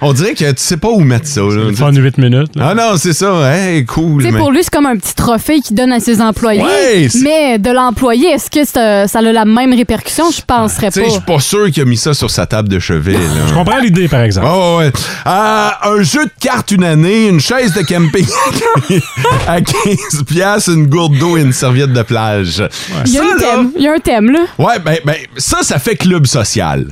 [SPEAKER 3] on dirait que tu sais pas où mettre ça. là.
[SPEAKER 4] Une fois en 8 minutes. là.
[SPEAKER 3] Ah non, c'est ça. Hey, cool.
[SPEAKER 5] Tu sais,
[SPEAKER 3] mais-
[SPEAKER 5] pour lui, c'est comme un petit trophée qu'il donne à ses employés.
[SPEAKER 3] Ouais, c'est-
[SPEAKER 5] mais de l'employé, est-ce que c'est, euh, ça a la même répercussion? Je penserais
[SPEAKER 3] Tu sais,
[SPEAKER 5] pas.
[SPEAKER 3] je suis pas sûr qu'il a mis ça sur sa table de chevet. là.
[SPEAKER 4] Je comprends l'idée, par exemple.
[SPEAKER 3] Ah ouais, ouais. Euh, un jeu de cartes une année, une chaise de camping à 15 pièces, une gourde d'eau et une serviette de plage.
[SPEAKER 5] Il y a
[SPEAKER 3] Ça,
[SPEAKER 5] un
[SPEAKER 3] là,
[SPEAKER 5] thème. Il y a un thème, là.
[SPEAKER 3] Ouais, ben, ben, ça, ça fait club social.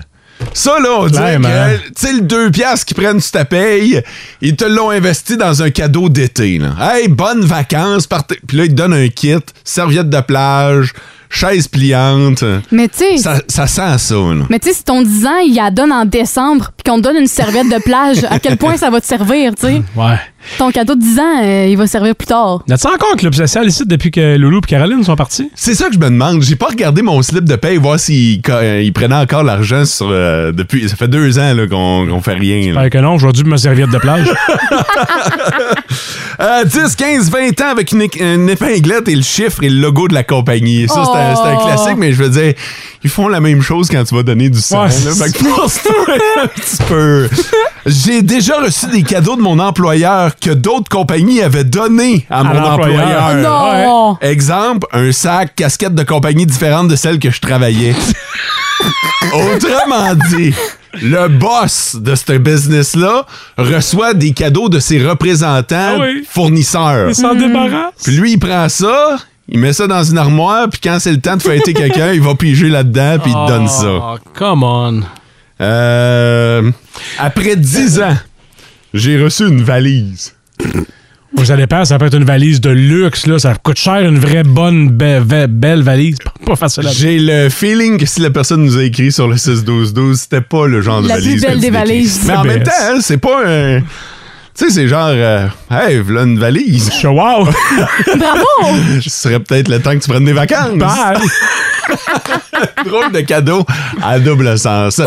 [SPEAKER 3] Ça, là, on dirait
[SPEAKER 4] Clairement.
[SPEAKER 3] que, tu sais, le deux piastres qu'ils prennent sur ta paye, ils te l'ont investi dans un cadeau d'été, là. Hey, bonnes vacances, partez. Puis là, ils te donnent un kit, serviette de plage, chaise pliante.
[SPEAKER 5] Mais tu sais.
[SPEAKER 3] Ça, ça sent ça, là.
[SPEAKER 5] Mais tu sais, si ton 10 ans, il la donne en décembre, puis qu'on te donne une serviette de plage, à quel point ça va te servir, tu
[SPEAKER 3] Ah.
[SPEAKER 5] sais?
[SPEAKER 4] Ouais.
[SPEAKER 5] Ton cadeau de 10 ans, euh, il va servir plus tard.
[SPEAKER 4] N'as-tu encore un club social ici depuis que Loulou et Caroline sont partis?
[SPEAKER 3] C'est ça que je me demande. J'ai pas regardé mon slip de paye, voir s'il co- euh, il prenait encore l'argent sur. euh, depuis. Ça fait deux ans là, qu'on qu'on fait rien. là.
[SPEAKER 4] J'espère que non, aujourd'hui, ma serviette de plage.
[SPEAKER 3] Euh, 10, 15, 20 ans avec une, é- une épinglette et le chiffre et le logo de la compagnie. Ça, c'est un,
[SPEAKER 5] Oh.
[SPEAKER 3] c'est un classique, mais je veux dire, ils font la même chose quand tu vas donner du sang.
[SPEAKER 4] Ouais,
[SPEAKER 3] là.
[SPEAKER 4] c'est
[SPEAKER 3] Fait que force-toi un petit peu. J'ai déjà reçu des cadeaux de mon employeur que d'autres compagnies avaient donné à, mon
[SPEAKER 4] l'employeur.
[SPEAKER 3] employeur.
[SPEAKER 4] Euh,
[SPEAKER 5] non!
[SPEAKER 3] Exemple, un sac, casquette de compagnie différente de celle que je travaillais. Autrement dit, le boss de ce business-là reçoit des cadeaux de ses représentants
[SPEAKER 4] Ah oui.
[SPEAKER 3] fournisseurs.
[SPEAKER 4] Ils s'en débarrassent.
[SPEAKER 3] Puis lui, il prend ça, il met ça dans une armoire, puis quand c'est le temps de fêter quelqu'un, il va piger là-dedans, puis il te donne ça.
[SPEAKER 4] Oh, come on.
[SPEAKER 3] Euh, après 10 ans, j'ai reçu une valise.
[SPEAKER 4] Moi, ça dépend, ça peut être une valise de luxe, là. Ça coûte cher, une vraie bonne, be- be- belle valise. Pas facile à
[SPEAKER 3] J'ai le feeling que si la personne nous a écrit sur le 6-12-12, c'était pas le genre de
[SPEAKER 5] La
[SPEAKER 3] valise.
[SPEAKER 5] plus belle
[SPEAKER 3] que tu
[SPEAKER 5] des
[SPEAKER 3] décris.
[SPEAKER 5] valises.
[SPEAKER 3] Mais en
[SPEAKER 4] C'est
[SPEAKER 3] même
[SPEAKER 4] best.
[SPEAKER 3] temps, hein, c'est pas un. Tu sais, c'est genre, euh, hey, voilà une valise.
[SPEAKER 4] Je- Wow!
[SPEAKER 5] Bravo!
[SPEAKER 3] Ce serait peut-être le temps que tu prennes des vacances.
[SPEAKER 4] Bye!
[SPEAKER 3] Drôle de cadeau à double sens.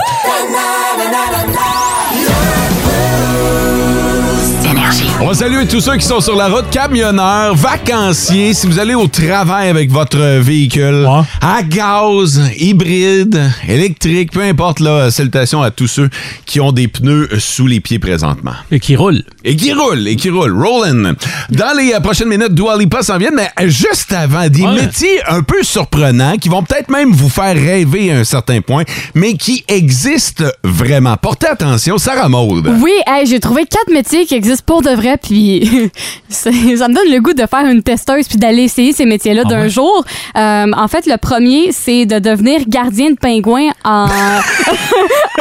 [SPEAKER 8] Énergie.
[SPEAKER 3] On va saluer tous ceux qui sont sur la route, camionneurs, vacanciers. Si vous allez au travail avec votre véhicule, à gaz, hybride, électrique, peu importe, là, salutations à tous ceux qui ont des pneus sous les pieds présentement.
[SPEAKER 4] Et qui roule.
[SPEAKER 3] Et qui roule, et qui roule. Rollin. Dans les euh, prochaines minutes, Dua Lipa s'en vient, mais euh, juste avant, des métiers un peu surprenants qui vont peut-être même vous faire rêver à un certain point, mais qui existent vraiment. Portez attention, Sarah Maud.
[SPEAKER 5] Oui, hey, j'ai trouvé quatre métiers qui existent pour de vrai, puis c'est- ça me donne le goût de faire une testeuse puis d'aller essayer ces
[SPEAKER 3] Ah
[SPEAKER 5] métiers-là d'un jour. Euh, en fait, le premier, c'est de devenir gardien de pingouins en,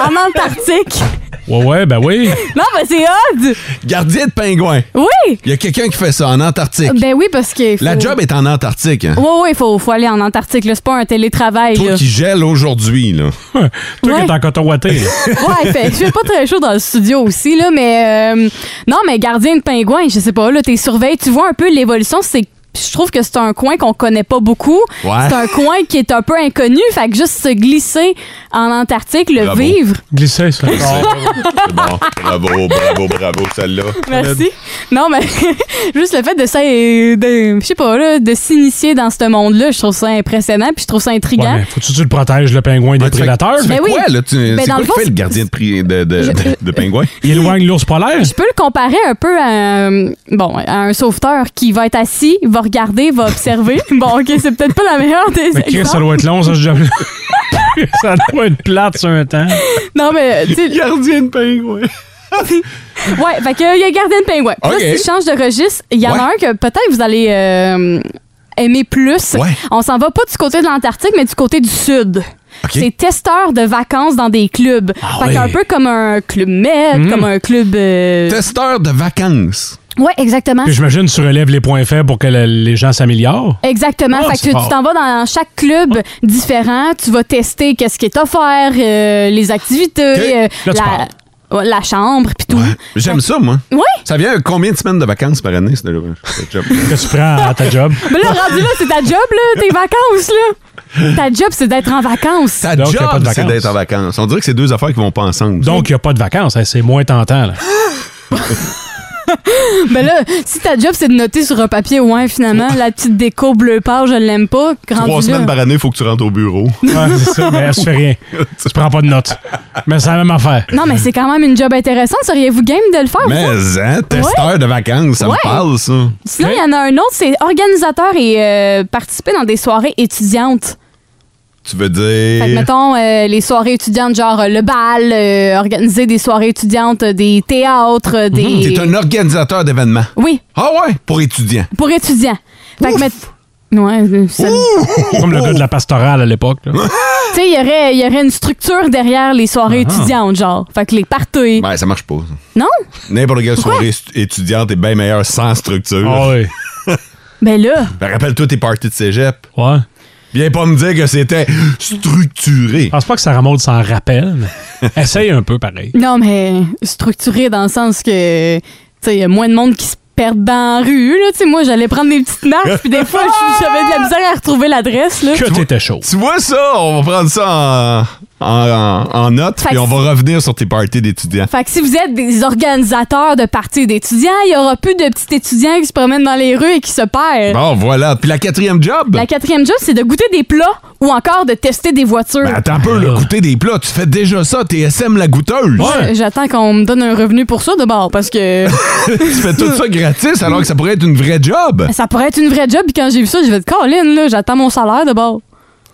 [SPEAKER 5] en Antarctique.
[SPEAKER 4] Ouais, ouais, ben oui.
[SPEAKER 5] Non, mais c'est odd!
[SPEAKER 3] Gardien de pingouins.
[SPEAKER 5] Oui!
[SPEAKER 3] Il y a quelqu'un qui fait ça en Antarctique.
[SPEAKER 5] Ben oui, parce que. faut-
[SPEAKER 3] La job est en Antarctique. hein.
[SPEAKER 5] Ouais, ouais, il faut, faut aller en Antarctique. là. C'est pas un télétravail.
[SPEAKER 3] Toi
[SPEAKER 5] là.
[SPEAKER 3] qui gèle aujourd'hui, là.
[SPEAKER 4] Toi
[SPEAKER 5] Ouais.
[SPEAKER 4] qui es en coton ouaté, là.
[SPEAKER 5] Ouais, il fait, il fait pas très chaud dans le studio aussi, là, mais euh, non, mais gardien de pingouin, je sais pas, là, t'es surveillé, tu vois un peu l'évolution, c'est je trouve que c'est un coin qu'on connaît pas beaucoup.
[SPEAKER 3] Ouais.
[SPEAKER 5] C'est un coin qui est un peu inconnu, fait que juste se glisser en Antarctique, le
[SPEAKER 3] Bravo.
[SPEAKER 5] vivre.
[SPEAKER 4] Glisser, ça.
[SPEAKER 3] C'est bon. Bravo, bravo, bravo, celle-là.
[SPEAKER 5] Merci. Non, mais juste le fait de ça, de, je sais pas, là, de s'initier dans ce monde-là, je trouve ça impressionnant, puis je trouve ça intriguant.
[SPEAKER 4] Ouais, mais faut-tu que tu le protèges, le pingouin, des
[SPEAKER 3] Ouais, tu fais-
[SPEAKER 4] prédateurs?
[SPEAKER 3] tu fais
[SPEAKER 5] Ben oui.
[SPEAKER 3] quoi, là? Tu-
[SPEAKER 5] Ben,
[SPEAKER 3] c'est
[SPEAKER 5] dans
[SPEAKER 3] quoi
[SPEAKER 5] le
[SPEAKER 3] qui
[SPEAKER 5] fond,
[SPEAKER 3] fait le
[SPEAKER 5] c'est-
[SPEAKER 3] gardien de, pri- de, de, de, de pingouin?
[SPEAKER 4] Il éloigne l'ours polaire?
[SPEAKER 5] Je peux le comparer un peu à, euh, bon, à un sauveteur qui va être assis, va regarder, va observer. bon, OK, c'est peut-être pas la meilleure des
[SPEAKER 4] Mais Chris, ça
[SPEAKER 5] exemples.
[SPEAKER 4] doit être long, ça, ce job-là. ça doit être plate sur un temps.
[SPEAKER 5] Non, mais, euh, tu sais,
[SPEAKER 3] Gardien de pingouin.
[SPEAKER 5] ouais, fait que, euh, il y a Gardien de Pingouin. Puis
[SPEAKER 3] OK.
[SPEAKER 5] Là, si je change de registre, il y en
[SPEAKER 3] Ouais.
[SPEAKER 5] a un que peut-être vous allez euh, aimer plus.
[SPEAKER 3] Ouais.
[SPEAKER 5] On s'en va pas du côté de l'Antarctique, mais du côté du Sud.
[SPEAKER 3] OK. Ah
[SPEAKER 5] C'est testeur de vacances dans des clubs. fait
[SPEAKER 3] ouais. Hmm.
[SPEAKER 5] qu'un peu comme un club med, comme un club... euh,
[SPEAKER 3] Testeur de vacances.
[SPEAKER 5] Ouais, exactement.
[SPEAKER 4] Puis j'imagine tu relèves les points faibles pour que le- les gens s'améliorent.
[SPEAKER 5] Exactement.
[SPEAKER 4] Ah,
[SPEAKER 5] fait que
[SPEAKER 4] c'est
[SPEAKER 5] tu-
[SPEAKER 4] fort.
[SPEAKER 5] tu t'en vas dans chaque club différent, tu vas tester qu'est-ce qui est offert, euh, les activités, euh,
[SPEAKER 4] Là, tu
[SPEAKER 5] la, ouais, la chambre, puis tout.
[SPEAKER 3] J'aime ça, moi.
[SPEAKER 5] Oui,
[SPEAKER 3] Ça vient à combien de semaines de vacances par année, ce ce job?
[SPEAKER 4] Que tu prends à ta job.
[SPEAKER 5] mais Ben là, rendu là, c'est ta job, là, tes vacances, là. Ta job, c'est d'être en vacances.
[SPEAKER 3] Ta
[SPEAKER 4] Donc, y a pas
[SPEAKER 3] job,
[SPEAKER 4] de
[SPEAKER 3] c'est
[SPEAKER 4] vacances.
[SPEAKER 3] d'être en vacances. On dirait que c'est deux affaires qui vont pas ensemble.
[SPEAKER 4] Donc, il n'y a pas de vacances. hein, c'est moins tentant, là.
[SPEAKER 5] Mais Ben là, si ta job, c'est de noter sur un papier, ouais, finalement, la petite déco bleu pâle, je l'aime pas.
[SPEAKER 3] Ça, trois
[SPEAKER 5] rendu là.
[SPEAKER 3] semaines par année, il faut que tu rentres au bureau.
[SPEAKER 4] Ouais, c'est ça, mais elle se fait rien. Tu prends pas de notes. Mais c'est la même affaire.
[SPEAKER 5] Non, mais c'est quand même une job intéressante. Seriez-vous game de le faire?
[SPEAKER 3] Mais,
[SPEAKER 5] vous?
[SPEAKER 3] hein, testeur de vacances, ça me
[SPEAKER 5] Ouais.
[SPEAKER 3] parle, ça.
[SPEAKER 5] Sinon, il y en a un autre, c'est organisateur et euh, participer dans des soirées étudiantes.
[SPEAKER 3] Tu veux
[SPEAKER 5] Fait que,
[SPEAKER 3] dire.
[SPEAKER 5] mettons, euh, les soirées étudiantes, genre euh, le bal, euh, organiser des soirées étudiantes, euh, des théâtres, euh, des...
[SPEAKER 3] T'es un organisateur d'événements.
[SPEAKER 5] Oui,
[SPEAKER 3] Ah ouais, pour étudiants.
[SPEAKER 5] pour étudiants. Fait que, met- Ouais, euh, ça-
[SPEAKER 4] Comme le gars de la pastorale à l'époque. là.
[SPEAKER 5] tu sais, il y aurait, il y aurait une structure derrière les soirées étudiantes, genre. Fait que les parties.
[SPEAKER 3] Ouais, Ben, ça marche pas. ça.
[SPEAKER 5] Non?
[SPEAKER 3] N'importe quelle soirée stu- étudiante est bien meilleure sans structure.
[SPEAKER 4] Ah oui.
[SPEAKER 5] Ben là,
[SPEAKER 3] Ben, Rappelle-toi tes parties de cégep.
[SPEAKER 4] Ouais.
[SPEAKER 3] Viens pas me dire que c'était structuré.
[SPEAKER 4] Je pense pas que Sarah Maud s'en rappelle, mais essaye un peu pareil.
[SPEAKER 5] non, mais structuré dans le sens que, tu sais, il y a moins de monde qui se perd dans la rue, là. Tu sais, moi, j'allais prendre des petites marches, puis des fois, j'avais de la misère à retrouver l'adresse, là.
[SPEAKER 4] Que t'étais chaud.
[SPEAKER 3] Tu vois ça, on va prendre ça en, en- en- en note,
[SPEAKER 5] Fait
[SPEAKER 3] puis
[SPEAKER 5] que
[SPEAKER 3] on va revenir sur tes parties d'étudiants.
[SPEAKER 5] Fait que si vous êtes des organisateurs de parties d'étudiants, il y aura plus de petits étudiants qui se promènent dans les rues et qui se perdent.
[SPEAKER 3] Bon, voilà. Puis la quatrième job? Ben,
[SPEAKER 5] La quatrième job, c'est de goûter des plats ou encore de tester des voitures.
[SPEAKER 3] Ben, attends un peu, le goûter des plats, tu fais déjà ça, t'es SM la goûteuse.
[SPEAKER 5] Euh, J'attends qu'on me donne un revenu pour ça de bord parce que
[SPEAKER 3] tu fais tout ça gratis alors que ça pourrait être une vraie job.
[SPEAKER 5] ça pourrait être une vraie job. Puis quand j'ai vu ça, j'ai fait Colin, là, j'attends mon salaire de bord.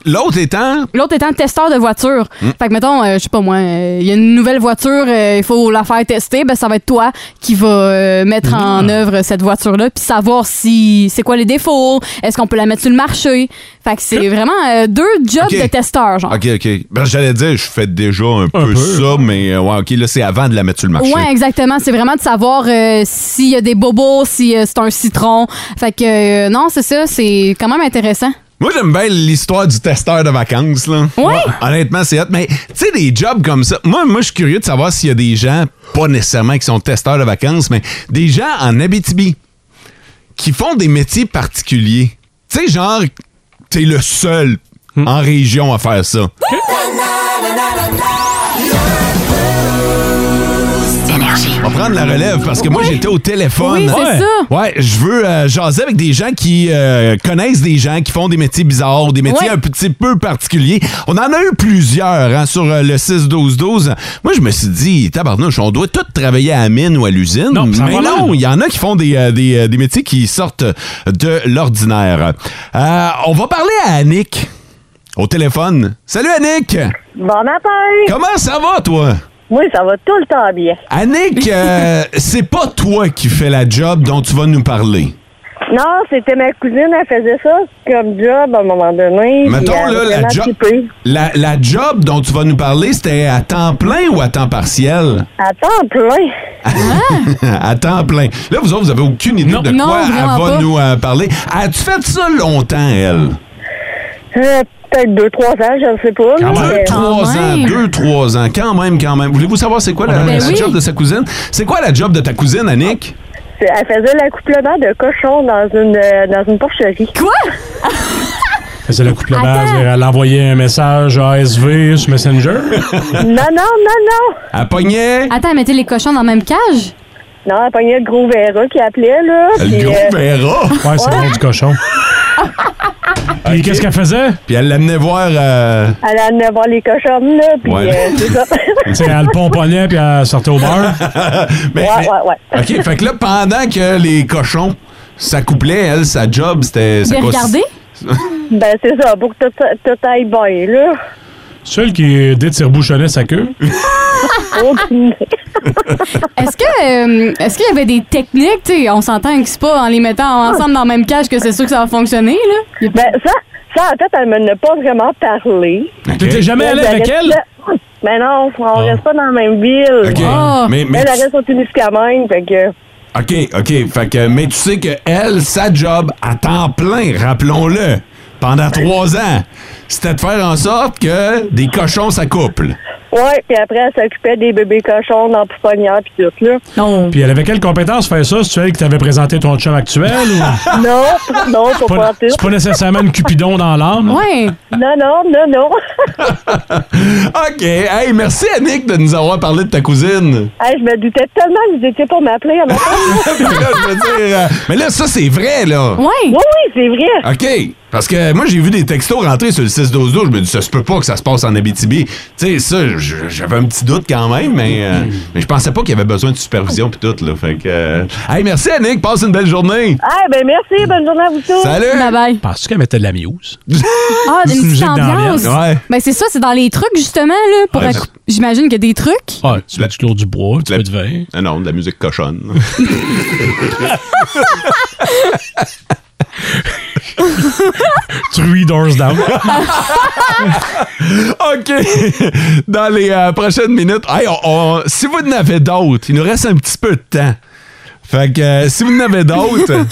[SPEAKER 3] L'autre étant,
[SPEAKER 5] L'autre étant testeur de voiture.
[SPEAKER 3] Hmm.
[SPEAKER 5] Fait que, mettons, euh, je sais pas moi, euh, il y a une nouvelle voiture, euh, il faut la faire tester. Ben, ça va être toi qui va euh, mettre en
[SPEAKER 3] Hmm.
[SPEAKER 5] œuvre cette voiture-là, puis savoir si c'est quoi les défauts, est-ce qu'on peut la mettre sur le marché. Fait que c'est vraiment euh, deux jobs
[SPEAKER 3] Ok.
[SPEAKER 5] de testeur, genre.
[SPEAKER 3] OK, OK. Ben, j'allais dire, je fais déjà un, peu,
[SPEAKER 4] peu.
[SPEAKER 3] ça, mais euh, ouais, OK, là, c'est avant de la mettre sur le marché.
[SPEAKER 5] Ouais, exactement. C'est vraiment de savoir euh, s'il y a des bobos, si euh, c'est un citron. Fait que euh, non, c'est ça, c'est quand même intéressant.
[SPEAKER 3] Moi, j'aime bien l'histoire du testeur de vacances, là.
[SPEAKER 5] Ouais.
[SPEAKER 3] Honnêtement, c'est hot. Mais, tu sais, des jobs comme ça. Moi, moi je suis curieux de savoir s'il y a des gens, pas nécessairement qui sont testeurs de vacances, mais des gens en Abitibi qui font des métiers particuliers. Tu sais, genre, t'es le seul
[SPEAKER 5] Hmm.
[SPEAKER 3] en région à faire ça. On va prendre la relève parce que moi,
[SPEAKER 5] Oui.
[SPEAKER 3] j'étais au téléphone.
[SPEAKER 5] Oui, c'est
[SPEAKER 3] ouais.
[SPEAKER 5] ça.
[SPEAKER 3] Ouais, je veux euh, jaser avec des gens qui euh, connaissent des gens qui font des métiers bizarres ou des métiers
[SPEAKER 5] Ouais.
[SPEAKER 3] un petit peu particuliers. On en a eu plusieurs hein, sur euh, le 6-12-12. Moi, je me suis dit, tabarnouche, on doit tous travailler à la mine ou à l'usine.
[SPEAKER 4] Non, ça
[SPEAKER 3] Mais
[SPEAKER 4] va
[SPEAKER 3] non,
[SPEAKER 4] mal.
[SPEAKER 3] il y en a qui font des, euh, des, euh, des métiers qui sortent de l'ordinaire. Euh, on va parler à Annick au téléphone. Salut Annick!
[SPEAKER 10] Bon matin!
[SPEAKER 3] Comment ça va, toi?
[SPEAKER 10] Oui, ça va tout le temps bien.
[SPEAKER 3] Annick, euh, c'est pas toi qui fais la job dont tu vas nous parler.
[SPEAKER 10] Non, c'était ma cousine, elle faisait ça comme job à un moment donné. puis
[SPEAKER 3] Mettons,
[SPEAKER 10] elle
[SPEAKER 3] là,
[SPEAKER 10] était
[SPEAKER 3] la,
[SPEAKER 10] vraiment
[SPEAKER 3] jo-
[SPEAKER 10] occupée.
[SPEAKER 3] la, la job dont tu vas nous parler, c'était à temps plein ou à temps partiel?
[SPEAKER 10] À temps plein.
[SPEAKER 3] à temps plein. Là, vous autres, vous avez aucune idée de
[SPEAKER 5] Ah! Non,
[SPEAKER 3] quoi elle
[SPEAKER 5] vraiment
[SPEAKER 3] va
[SPEAKER 5] pas.
[SPEAKER 3] nous euh, parler. As-tu fait ça longtemps, elle?
[SPEAKER 10] Euh, Peut-être deux, trois ans, je ne sais pas.
[SPEAKER 3] Deux,
[SPEAKER 10] mais-
[SPEAKER 3] trois
[SPEAKER 5] Quand
[SPEAKER 3] ans,
[SPEAKER 5] même.
[SPEAKER 3] deux, trois ans. Quand même, quand même. Voulez-vous savoir c'est quoi la,
[SPEAKER 5] Ben
[SPEAKER 3] la
[SPEAKER 5] oui.
[SPEAKER 3] job de sa cousine? C'est quoi la job de ta cousine, Annick?
[SPEAKER 10] C'est- Elle faisait l'accouplement de cochons dans une, euh, dans une porcherie.
[SPEAKER 4] Faisait le couple de base,
[SPEAKER 5] Attends.
[SPEAKER 4] elle envoyait un message à ASV sur Messenger.
[SPEAKER 10] non, non, non, non.
[SPEAKER 3] Elle pognait
[SPEAKER 5] Attends, mettez les cochons dans la même cage?
[SPEAKER 10] Non, elle pognait le gros Vera qui appelait, là.
[SPEAKER 3] le
[SPEAKER 10] puis,
[SPEAKER 3] gros
[SPEAKER 10] euh,
[SPEAKER 3] verra.
[SPEAKER 4] Ouais, c'est bon du cochon. Puis qu'est-ce qu'elle faisait?
[SPEAKER 3] Puis elle l'amenait voir... euh,
[SPEAKER 10] elle allait voir les cochons, là. Puis,
[SPEAKER 3] Ouais.
[SPEAKER 10] euh, c'est ça.
[SPEAKER 4] Tu sais, elle le pomponnait puis elle sortait au beurre.
[SPEAKER 3] Mais-
[SPEAKER 10] ouais,
[SPEAKER 3] ben, mais-
[SPEAKER 10] ouais, ouais.
[SPEAKER 3] OK, fait que là, pendant que les cochons s'accouplaient, elle, sa job, c'était...
[SPEAKER 5] De
[SPEAKER 3] ça consist-
[SPEAKER 5] regarder?
[SPEAKER 10] Ben, c'est ça, pour que tout, tout aille bien, là.
[SPEAKER 4] Celle qui détire-bouchonnait sa queue.
[SPEAKER 3] Ah,
[SPEAKER 10] Aucune idée.
[SPEAKER 5] Est-ce que euh, est-ce qu'il y avait des techniques, tu sais, on s'entend que c'est pas en les mettant ensemble dans la même cage que c'est sûr que ça va fonctionner là. Il y a-
[SPEAKER 10] Ben, ça, ça, en fait, elle me n'a pas vraiment parlé.
[SPEAKER 3] OK.
[SPEAKER 4] T'étais jamais allé
[SPEAKER 10] Ben,
[SPEAKER 4] avec
[SPEAKER 10] reste
[SPEAKER 4] elle? Ah.
[SPEAKER 10] là. Ben non, on reste pas dans la même ville.
[SPEAKER 3] OK.
[SPEAKER 5] Ah.
[SPEAKER 3] Mais, mais,
[SPEAKER 10] Elle, elle
[SPEAKER 3] tu-
[SPEAKER 10] reste au Témiscamingue, fait que...
[SPEAKER 3] OK, OK. Fait que, mais tu sais que elle, sa job à temps plein, rappelons-le, pendant trois ans, c'était de faire en sorte que des cochons s'accouplent.
[SPEAKER 10] Ouais, puis après, elle s'occupait des bébés cochons dans la pouponnière puis tout, là.
[SPEAKER 5] Non.
[SPEAKER 4] Puis elle avait quelle compétence faire ça? C'est-tu elle qui t'avait présenté ton chum actuel? ou-
[SPEAKER 10] Non, non, faut
[SPEAKER 4] Pas-
[SPEAKER 10] pas tout.
[SPEAKER 4] Ah. C'est pas nécessairement une cupidon dans l'âme.
[SPEAKER 5] Ouais.
[SPEAKER 10] Non, non, non, non.
[SPEAKER 3] OK. Hey, merci, Annick, de nous avoir parlé de ta cousine.
[SPEAKER 10] Hey, je me doutais tellement que vous étiez pour m'appeler. à matin.
[SPEAKER 4] Ah.
[SPEAKER 3] Puis là, je veux dire, euh, mais là, ça, c'est vrai, là.
[SPEAKER 5] Ouais.
[SPEAKER 10] Oui, oui, c'est vrai.
[SPEAKER 3] OK. Parce que moi, j'ai vu des textos rentrer sur le 6-12-12. Je me dis, ça se peut pas que ça se passe en Abitibi. Tu sais, ça, je- j'avais un petit doute quand même, mais, euh, mais je pensais pas qu'il y avait besoin de supervision puis tout, là. Fait que. euh, Hey, merci, Annick. Passe une belle journée.
[SPEAKER 10] Ah, ben merci, bonne journée à vous tous.
[SPEAKER 3] Salut.
[SPEAKER 5] Bye bye.
[SPEAKER 4] Penses-tu qu'elle mettait de la muse?
[SPEAKER 5] Ah, une
[SPEAKER 4] C'est une
[SPEAKER 5] petite
[SPEAKER 4] musique d'ambiance.
[SPEAKER 5] ambiance.
[SPEAKER 3] Ouais.
[SPEAKER 5] Ben c'est ça, c'est dans les trucs justement là pour
[SPEAKER 3] Ouais,
[SPEAKER 5] accou- j'imagine qu'il y a des trucs.
[SPEAKER 4] Ah, tu mets du clos du bois, tu
[SPEAKER 3] La-
[SPEAKER 4] mets du vin.
[SPEAKER 3] Ah non, de la musique cochonne.
[SPEAKER 4] Three doors down.
[SPEAKER 3] OK. Dans les euh, prochaines minutes, hey, on- on- si vous en avez d'autres, il nous reste un petit peu de temps. Fait que euh, si vous en avez d'autres,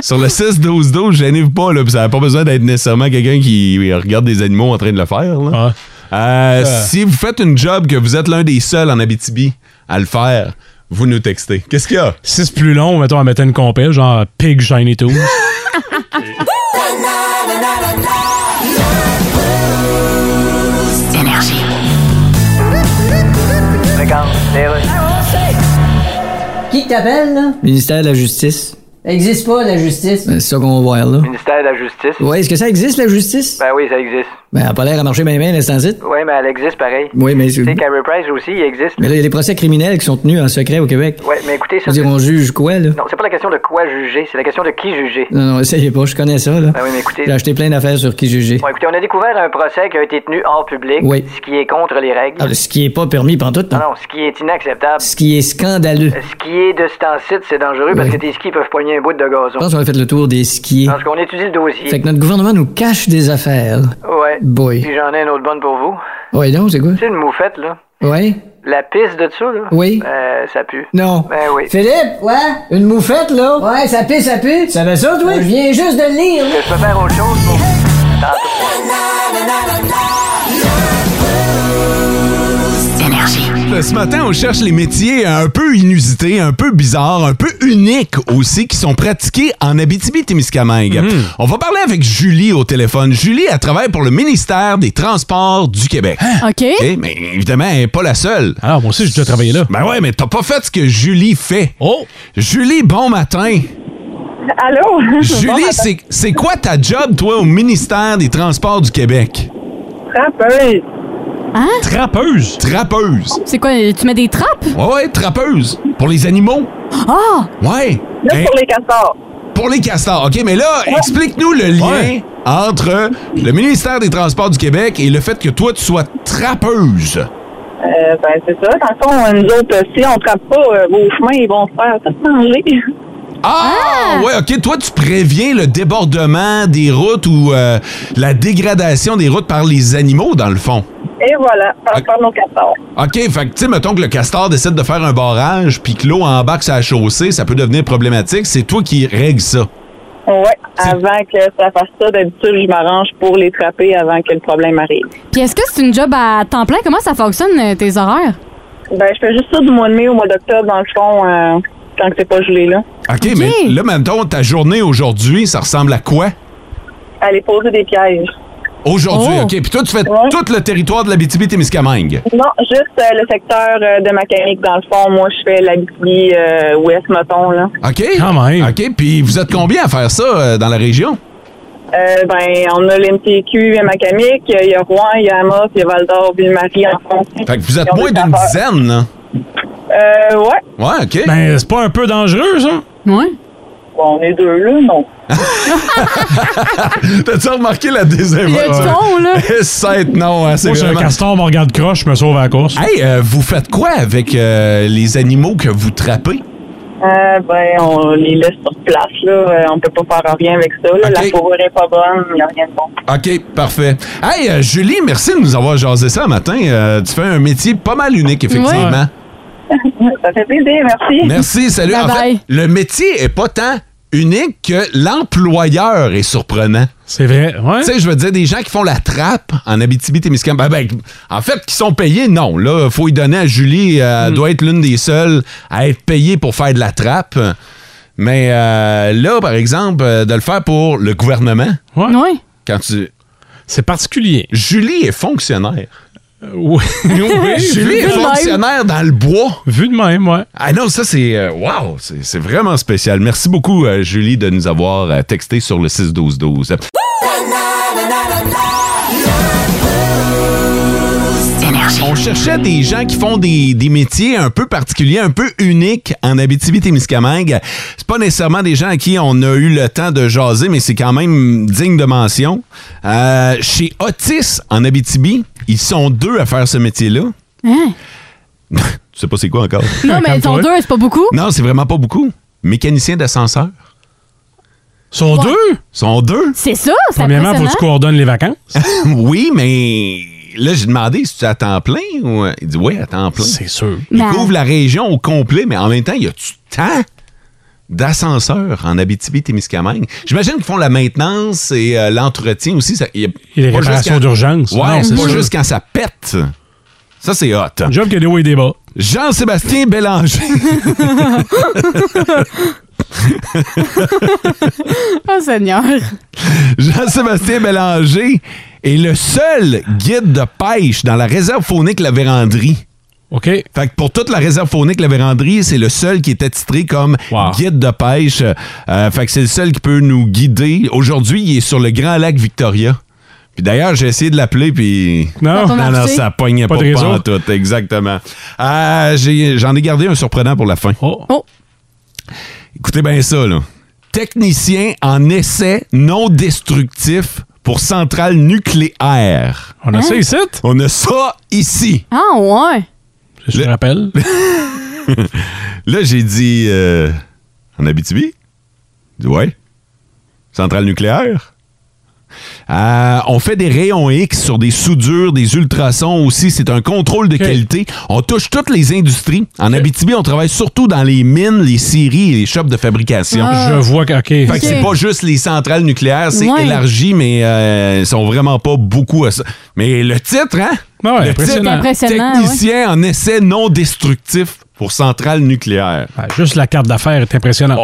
[SPEAKER 3] sur le 6-12-12, gênez-vous pas, là, puis ça n'a pas besoin d'être nécessairement quelqu'un qui regarde des animaux en train de le faire. là.
[SPEAKER 4] Ah.
[SPEAKER 3] Euh,
[SPEAKER 4] Euh.
[SPEAKER 3] Si vous faites une job que vous êtes l'un des seuls en Abitibi à le faire, vous nous textez. Qu'est-ce qu'il y a?
[SPEAKER 4] Si c'est plus long, mettons, elle mettait une compète, genre Pig Shiny Tools.
[SPEAKER 2] Regarde, les rues.
[SPEAKER 7] Qui que t'appelles, là?
[SPEAKER 11] Ministère de la Justice.
[SPEAKER 7] Existe pas, la justice.
[SPEAKER 11] Ben, c'est ça qu'on va voir, là.
[SPEAKER 2] Ministère de la Justice.
[SPEAKER 11] Ouais, est-ce que ça existe, la justice?
[SPEAKER 2] Ben oui, ça existe.
[SPEAKER 11] Ben, elle a pas l'air à marcher bien, bien, l'instant-ci.
[SPEAKER 2] Oui, mais elle existe pareil.
[SPEAKER 11] Oui, mais...
[SPEAKER 2] Tu sais, Carrie Price aussi, il existe.
[SPEAKER 11] Mais là, il y a des procès criminels qui sont tenus en secret au Québec.
[SPEAKER 2] Ouais, mais écoutez,
[SPEAKER 11] Je
[SPEAKER 2] ça.
[SPEAKER 11] veux dire, on juge quoi, là?
[SPEAKER 2] Non, c'est pas la question de quoi juger, c'est la question de qui juger.
[SPEAKER 11] Non, non, essayez pas, je connais ça, là.
[SPEAKER 2] Ben oui, mais écoutez.
[SPEAKER 11] J'ai acheté plein d'affaires sur qui juger.
[SPEAKER 2] Bon, écoutez, on a découvert un procès qui a été tenu hors public,
[SPEAKER 11] Oui.
[SPEAKER 2] ce qui est contre les règles.
[SPEAKER 11] Ah, ce qui est pas permis pantoute, non?
[SPEAKER 2] non, non, ce qui est inacceptable.
[SPEAKER 11] Ce qui est scandaleux.
[SPEAKER 2] Ce qui est de ce temps-ci, c'est dangereux parce que tes skis peuvent poigner un bout de
[SPEAKER 11] Je
[SPEAKER 2] gazon.
[SPEAKER 11] pense qu'on a fait le tour des skiers.
[SPEAKER 2] Parce qu'on étudie le dossier.
[SPEAKER 11] Fait que notre gouvernement nous cache des affaires.
[SPEAKER 2] Ouais.
[SPEAKER 11] Boy.
[SPEAKER 2] Puis j'en ai une autre bonne pour vous.
[SPEAKER 11] Ouais, non, c'est quoi?
[SPEAKER 2] Tu sais, une moufette, là.
[SPEAKER 11] Ouais?
[SPEAKER 2] La piste de ça, là.
[SPEAKER 11] Oui.
[SPEAKER 2] Euh, ça pue.
[SPEAKER 11] Non.
[SPEAKER 2] Ben oui.
[SPEAKER 7] Philippe? Ouais? Une moufette, là? Ouais, ça pue, ça pue. Tu savais ça, toi? Je viens juste de le lire,
[SPEAKER 2] Je peux faire autre chose pour
[SPEAKER 3] exemple, Euh, ce matin, on cherche les métiers un peu inusités, un peu bizarres, un peu uniques aussi, qui sont pratiqués en Abitibi-Témiscamingue. On va parler avec Julie au téléphone. Julie, elle travaille pour le ministère des Transports du Québec.
[SPEAKER 5] OK.
[SPEAKER 3] Eh, mais évidemment, elle n'est pas la seule. Alors, moi aussi, j'ai déjà travaillé là. Ben ouais, mais t'as pas fait ce que Julie fait. Oh! Julie, bon matin!
[SPEAKER 10] Allô? Bon ben,
[SPEAKER 3] Julie,
[SPEAKER 10] matin.
[SPEAKER 3] c'est- c'est quoi ta job, toi, au ministère des Transports du Québec?
[SPEAKER 10] Trappeuse.
[SPEAKER 5] Hein?
[SPEAKER 3] Trappeuse! Trappeuse!
[SPEAKER 5] C'est quoi, tu mets des trappes?
[SPEAKER 3] Ouais, ouais, trappeuse. Pour les animaux.
[SPEAKER 5] Ah!
[SPEAKER 3] Ouais.
[SPEAKER 10] Là,
[SPEAKER 3] Hein?
[SPEAKER 10] pour les castors.
[SPEAKER 3] Pour les castors. OK, mais là, explique-nous le lien entre le ministère des Transports du Québec et le fait que toi, tu sois trappeuse.
[SPEAKER 10] Euh, ben, c'est ça. Dans le fond, nous autres, si on trappe pas euh, vos chemins, ils vont se faire tout manger.
[SPEAKER 3] Ah! Ouais, OK, toi, tu préviens le débordement des routes ou euh, la dégradation des routes par les animaux, dans le fond.
[SPEAKER 10] Et voilà, par rapport à nos castors.
[SPEAKER 3] OK, fait que, tu sais, mettons que le castor décide de faire un barrage puis que l'eau embarque sa chaussée, ça peut devenir problématique. C'est toi qui règles ça.
[SPEAKER 10] Ouais, avant que ça fasse ça, d'habitude, je m'arrange pour les trapper avant que le problème arrive.
[SPEAKER 5] Puis est-ce que c'est une job à temps plein? Comment ça fonctionne, euh, tes horaires?
[SPEAKER 10] Ben, je fais juste ça du mois de mai au mois d'octobre, dans le fond, euh, tant que c'est pas gelé, là.
[SPEAKER 3] OK, mais là, mettons, ta journée aujourd'hui, ça ressemble à quoi?
[SPEAKER 10] Aller poser des pièges.
[SPEAKER 3] Aujourd'hui, OK. Puis toi, tu fais tout le territoire de l'Abitibi-Témiscamingue.
[SPEAKER 10] Non, juste euh, le secteur euh, de mécanique, dans le fond. Moi, je fais l'Abitibi euh, ouest, mettons, là.
[SPEAKER 3] OK? Quand
[SPEAKER 4] Ah.
[SPEAKER 3] même. OK. Puis vous êtes combien à faire ça euh, dans la région?
[SPEAKER 10] Euh, ben, on a l'MTQ, Macamic, il y a Rouen, il y a Amos, il y a Val-d'Or, Ville-Marie, en fond.
[SPEAKER 3] Fait que vous
[SPEAKER 10] Ils
[SPEAKER 3] êtes
[SPEAKER 10] ont
[SPEAKER 3] moins
[SPEAKER 10] des
[SPEAKER 3] d'une
[SPEAKER 10] affaires.
[SPEAKER 3] dizaine, là.
[SPEAKER 10] Euh, ouais.
[SPEAKER 3] Ouais, OK.
[SPEAKER 4] Ben, c'est pas un peu dangereux, ça?
[SPEAKER 5] Ouais.
[SPEAKER 10] Bon, on est deux, là, non.
[SPEAKER 3] T'as-tu remarqué la deuxième
[SPEAKER 4] Le ton, là.
[SPEAKER 3] Sept, non. hein, c'est
[SPEAKER 4] Moi, je suis un
[SPEAKER 3] vraiment-
[SPEAKER 4] castor, mon garde croche, je me sauve à la course.
[SPEAKER 3] Hey, euh, vous faites quoi avec euh, les animaux que vous trappez?
[SPEAKER 10] Euh, ben, on les laisse sur place, là. Euh, on peut pas faire rien avec ça, là. La fourrure est pas bonne, il n'y a rien de bon.
[SPEAKER 3] OK, parfait. Hey, euh, Julie, merci de nous avoir jasé ça un matin. Euh, tu fais un métier pas mal unique, effectivement.
[SPEAKER 10] ça fait plaisir, merci.
[SPEAKER 3] Merci, salut. en fait, le métier est pas tant unique que l'employeur est surprenant.
[SPEAKER 4] C'est vrai, ouais.
[SPEAKER 3] Tu sais, je veux dire, des gens qui font la trappe en Abitibi-Témiscamingue, ben, ben, en fait, qui sont payés, non. Là, faut y donner à Julie, euh, elle doit être l'une des seules à être payée pour faire de la trappe. Mais euh, là, par exemple, euh, de le faire pour le gouvernement,
[SPEAKER 5] Oui.
[SPEAKER 3] quand tu... C'est particulier. Julie est fonctionnaire.
[SPEAKER 4] Euh, Oui.
[SPEAKER 3] Julie est
[SPEAKER 4] Vu de même.
[SPEAKER 3] fonctionnaire dans le bois.
[SPEAKER 4] Vu de même, ouais.
[SPEAKER 3] Ah non, ça c'est. euh, Wow! C'est c'est vraiment spécial. Merci beaucoup, euh, Julie, de nous avoir euh, texté sur le 6-12-12. On cherchait des gens qui font des, des métiers un peu particuliers, un peu uniques en Abitibi-Témiscamingue. C'est pas nécessairement des gens à qui on a eu le temps de jaser, mais c'est quand même digne de mention. Euh, chez Otis, en Abitibi, ils sont deux à faire ce métier-là.
[SPEAKER 5] Hein?
[SPEAKER 3] Tu sais pas c'est quoi encore?
[SPEAKER 5] Non, mais ton deux, c'est pas beaucoup?
[SPEAKER 3] Non, c'est vraiment pas beaucoup. Mécaniciens d'ascenseur.
[SPEAKER 4] Sont deux?
[SPEAKER 3] Sont deux.
[SPEAKER 5] C'est ça, c'est
[SPEAKER 4] Premièrement, faut que tu
[SPEAKER 5] impressionnant.
[SPEAKER 4] coordonnes les vacances.
[SPEAKER 3] oui, mais là, j'ai demandé si tu es à temps plein ou. euh, Il dit oui, à temps
[SPEAKER 4] Ah.
[SPEAKER 3] plein. C'est
[SPEAKER 4] sûr.
[SPEAKER 3] Il
[SPEAKER 5] Mais-
[SPEAKER 3] couvre la région au complet, mais en même temps, y a-tu tant d'ascenseurs en Abitibi-Témiscamingue? J'imagine qu'ils font la maintenance et euh, l'entretien aussi. Ça, y a
[SPEAKER 4] Et les
[SPEAKER 3] pas juste
[SPEAKER 4] réparations
[SPEAKER 3] quand-
[SPEAKER 4] d'urgence.
[SPEAKER 3] Ouais,
[SPEAKER 4] Non, c'est
[SPEAKER 3] pas
[SPEAKER 4] sûr.
[SPEAKER 3] juste quand ça pète. Ça, c'est hot. Job que des hauts et des bas. Jean-Sébastien Bélanger.
[SPEAKER 5] Oh, Seigneur.
[SPEAKER 3] Jean-Sébastien Bélanger est le seul guide de pêche dans la réserve faunique La Véranderie.
[SPEAKER 4] OK. Fait
[SPEAKER 3] que pour toute la réserve faunique La Véranderie, c'est le seul qui est attitré comme guide de pêche. Euh, fait que c'est le seul qui peut nous guider. Aujourd'hui, il est sur le Grand Lac Victoria. Puis d'ailleurs, j'ai essayé de l'appeler, puis...
[SPEAKER 4] Non. Ça a pas
[SPEAKER 3] non, non,
[SPEAKER 4] marché.
[SPEAKER 3] ça pognait
[SPEAKER 4] Pas
[SPEAKER 3] pas,
[SPEAKER 4] de réseau.
[SPEAKER 3] pas en tout. Exactement. Euh, j'ai- J'en ai, gardé un surprenant pour la fin.
[SPEAKER 4] Oh.
[SPEAKER 3] Écoutez bien ça, là. Technicien en essai non destructif pour centrale nucléaire.
[SPEAKER 4] On a ça Hein? ici?
[SPEAKER 3] On a ça ici.
[SPEAKER 5] Ah, ouais.
[SPEAKER 4] Je te rappelle.
[SPEAKER 3] Là, j'ai dit euh, en Abitibi? Il dit, ouais. Centrale nucléaire? Euh, on fait des rayons X sur des soudures, des ultrasons aussi. C'est un contrôle de qualité. On touche toutes les industries. En Abitibi, on travaille surtout dans les mines, les scieries et les shops de fabrication.
[SPEAKER 4] Ah. Je vois que- OK.
[SPEAKER 3] Fait
[SPEAKER 4] OK.
[SPEAKER 3] que c'est pas juste les centrales nucléaires, c'est
[SPEAKER 4] Ouais.
[SPEAKER 3] élargi, mais euh, ils sont vraiment pas beaucoup à ça. Mais le titre, hein?
[SPEAKER 4] Ah ouais,
[SPEAKER 3] Le
[SPEAKER 4] impressionnant.
[SPEAKER 3] titre,
[SPEAKER 5] C'était impressionnant,
[SPEAKER 3] technicien en essai non destructif pour centrale nucléaire.
[SPEAKER 4] Ah, juste la carte d'affaires est impressionnante.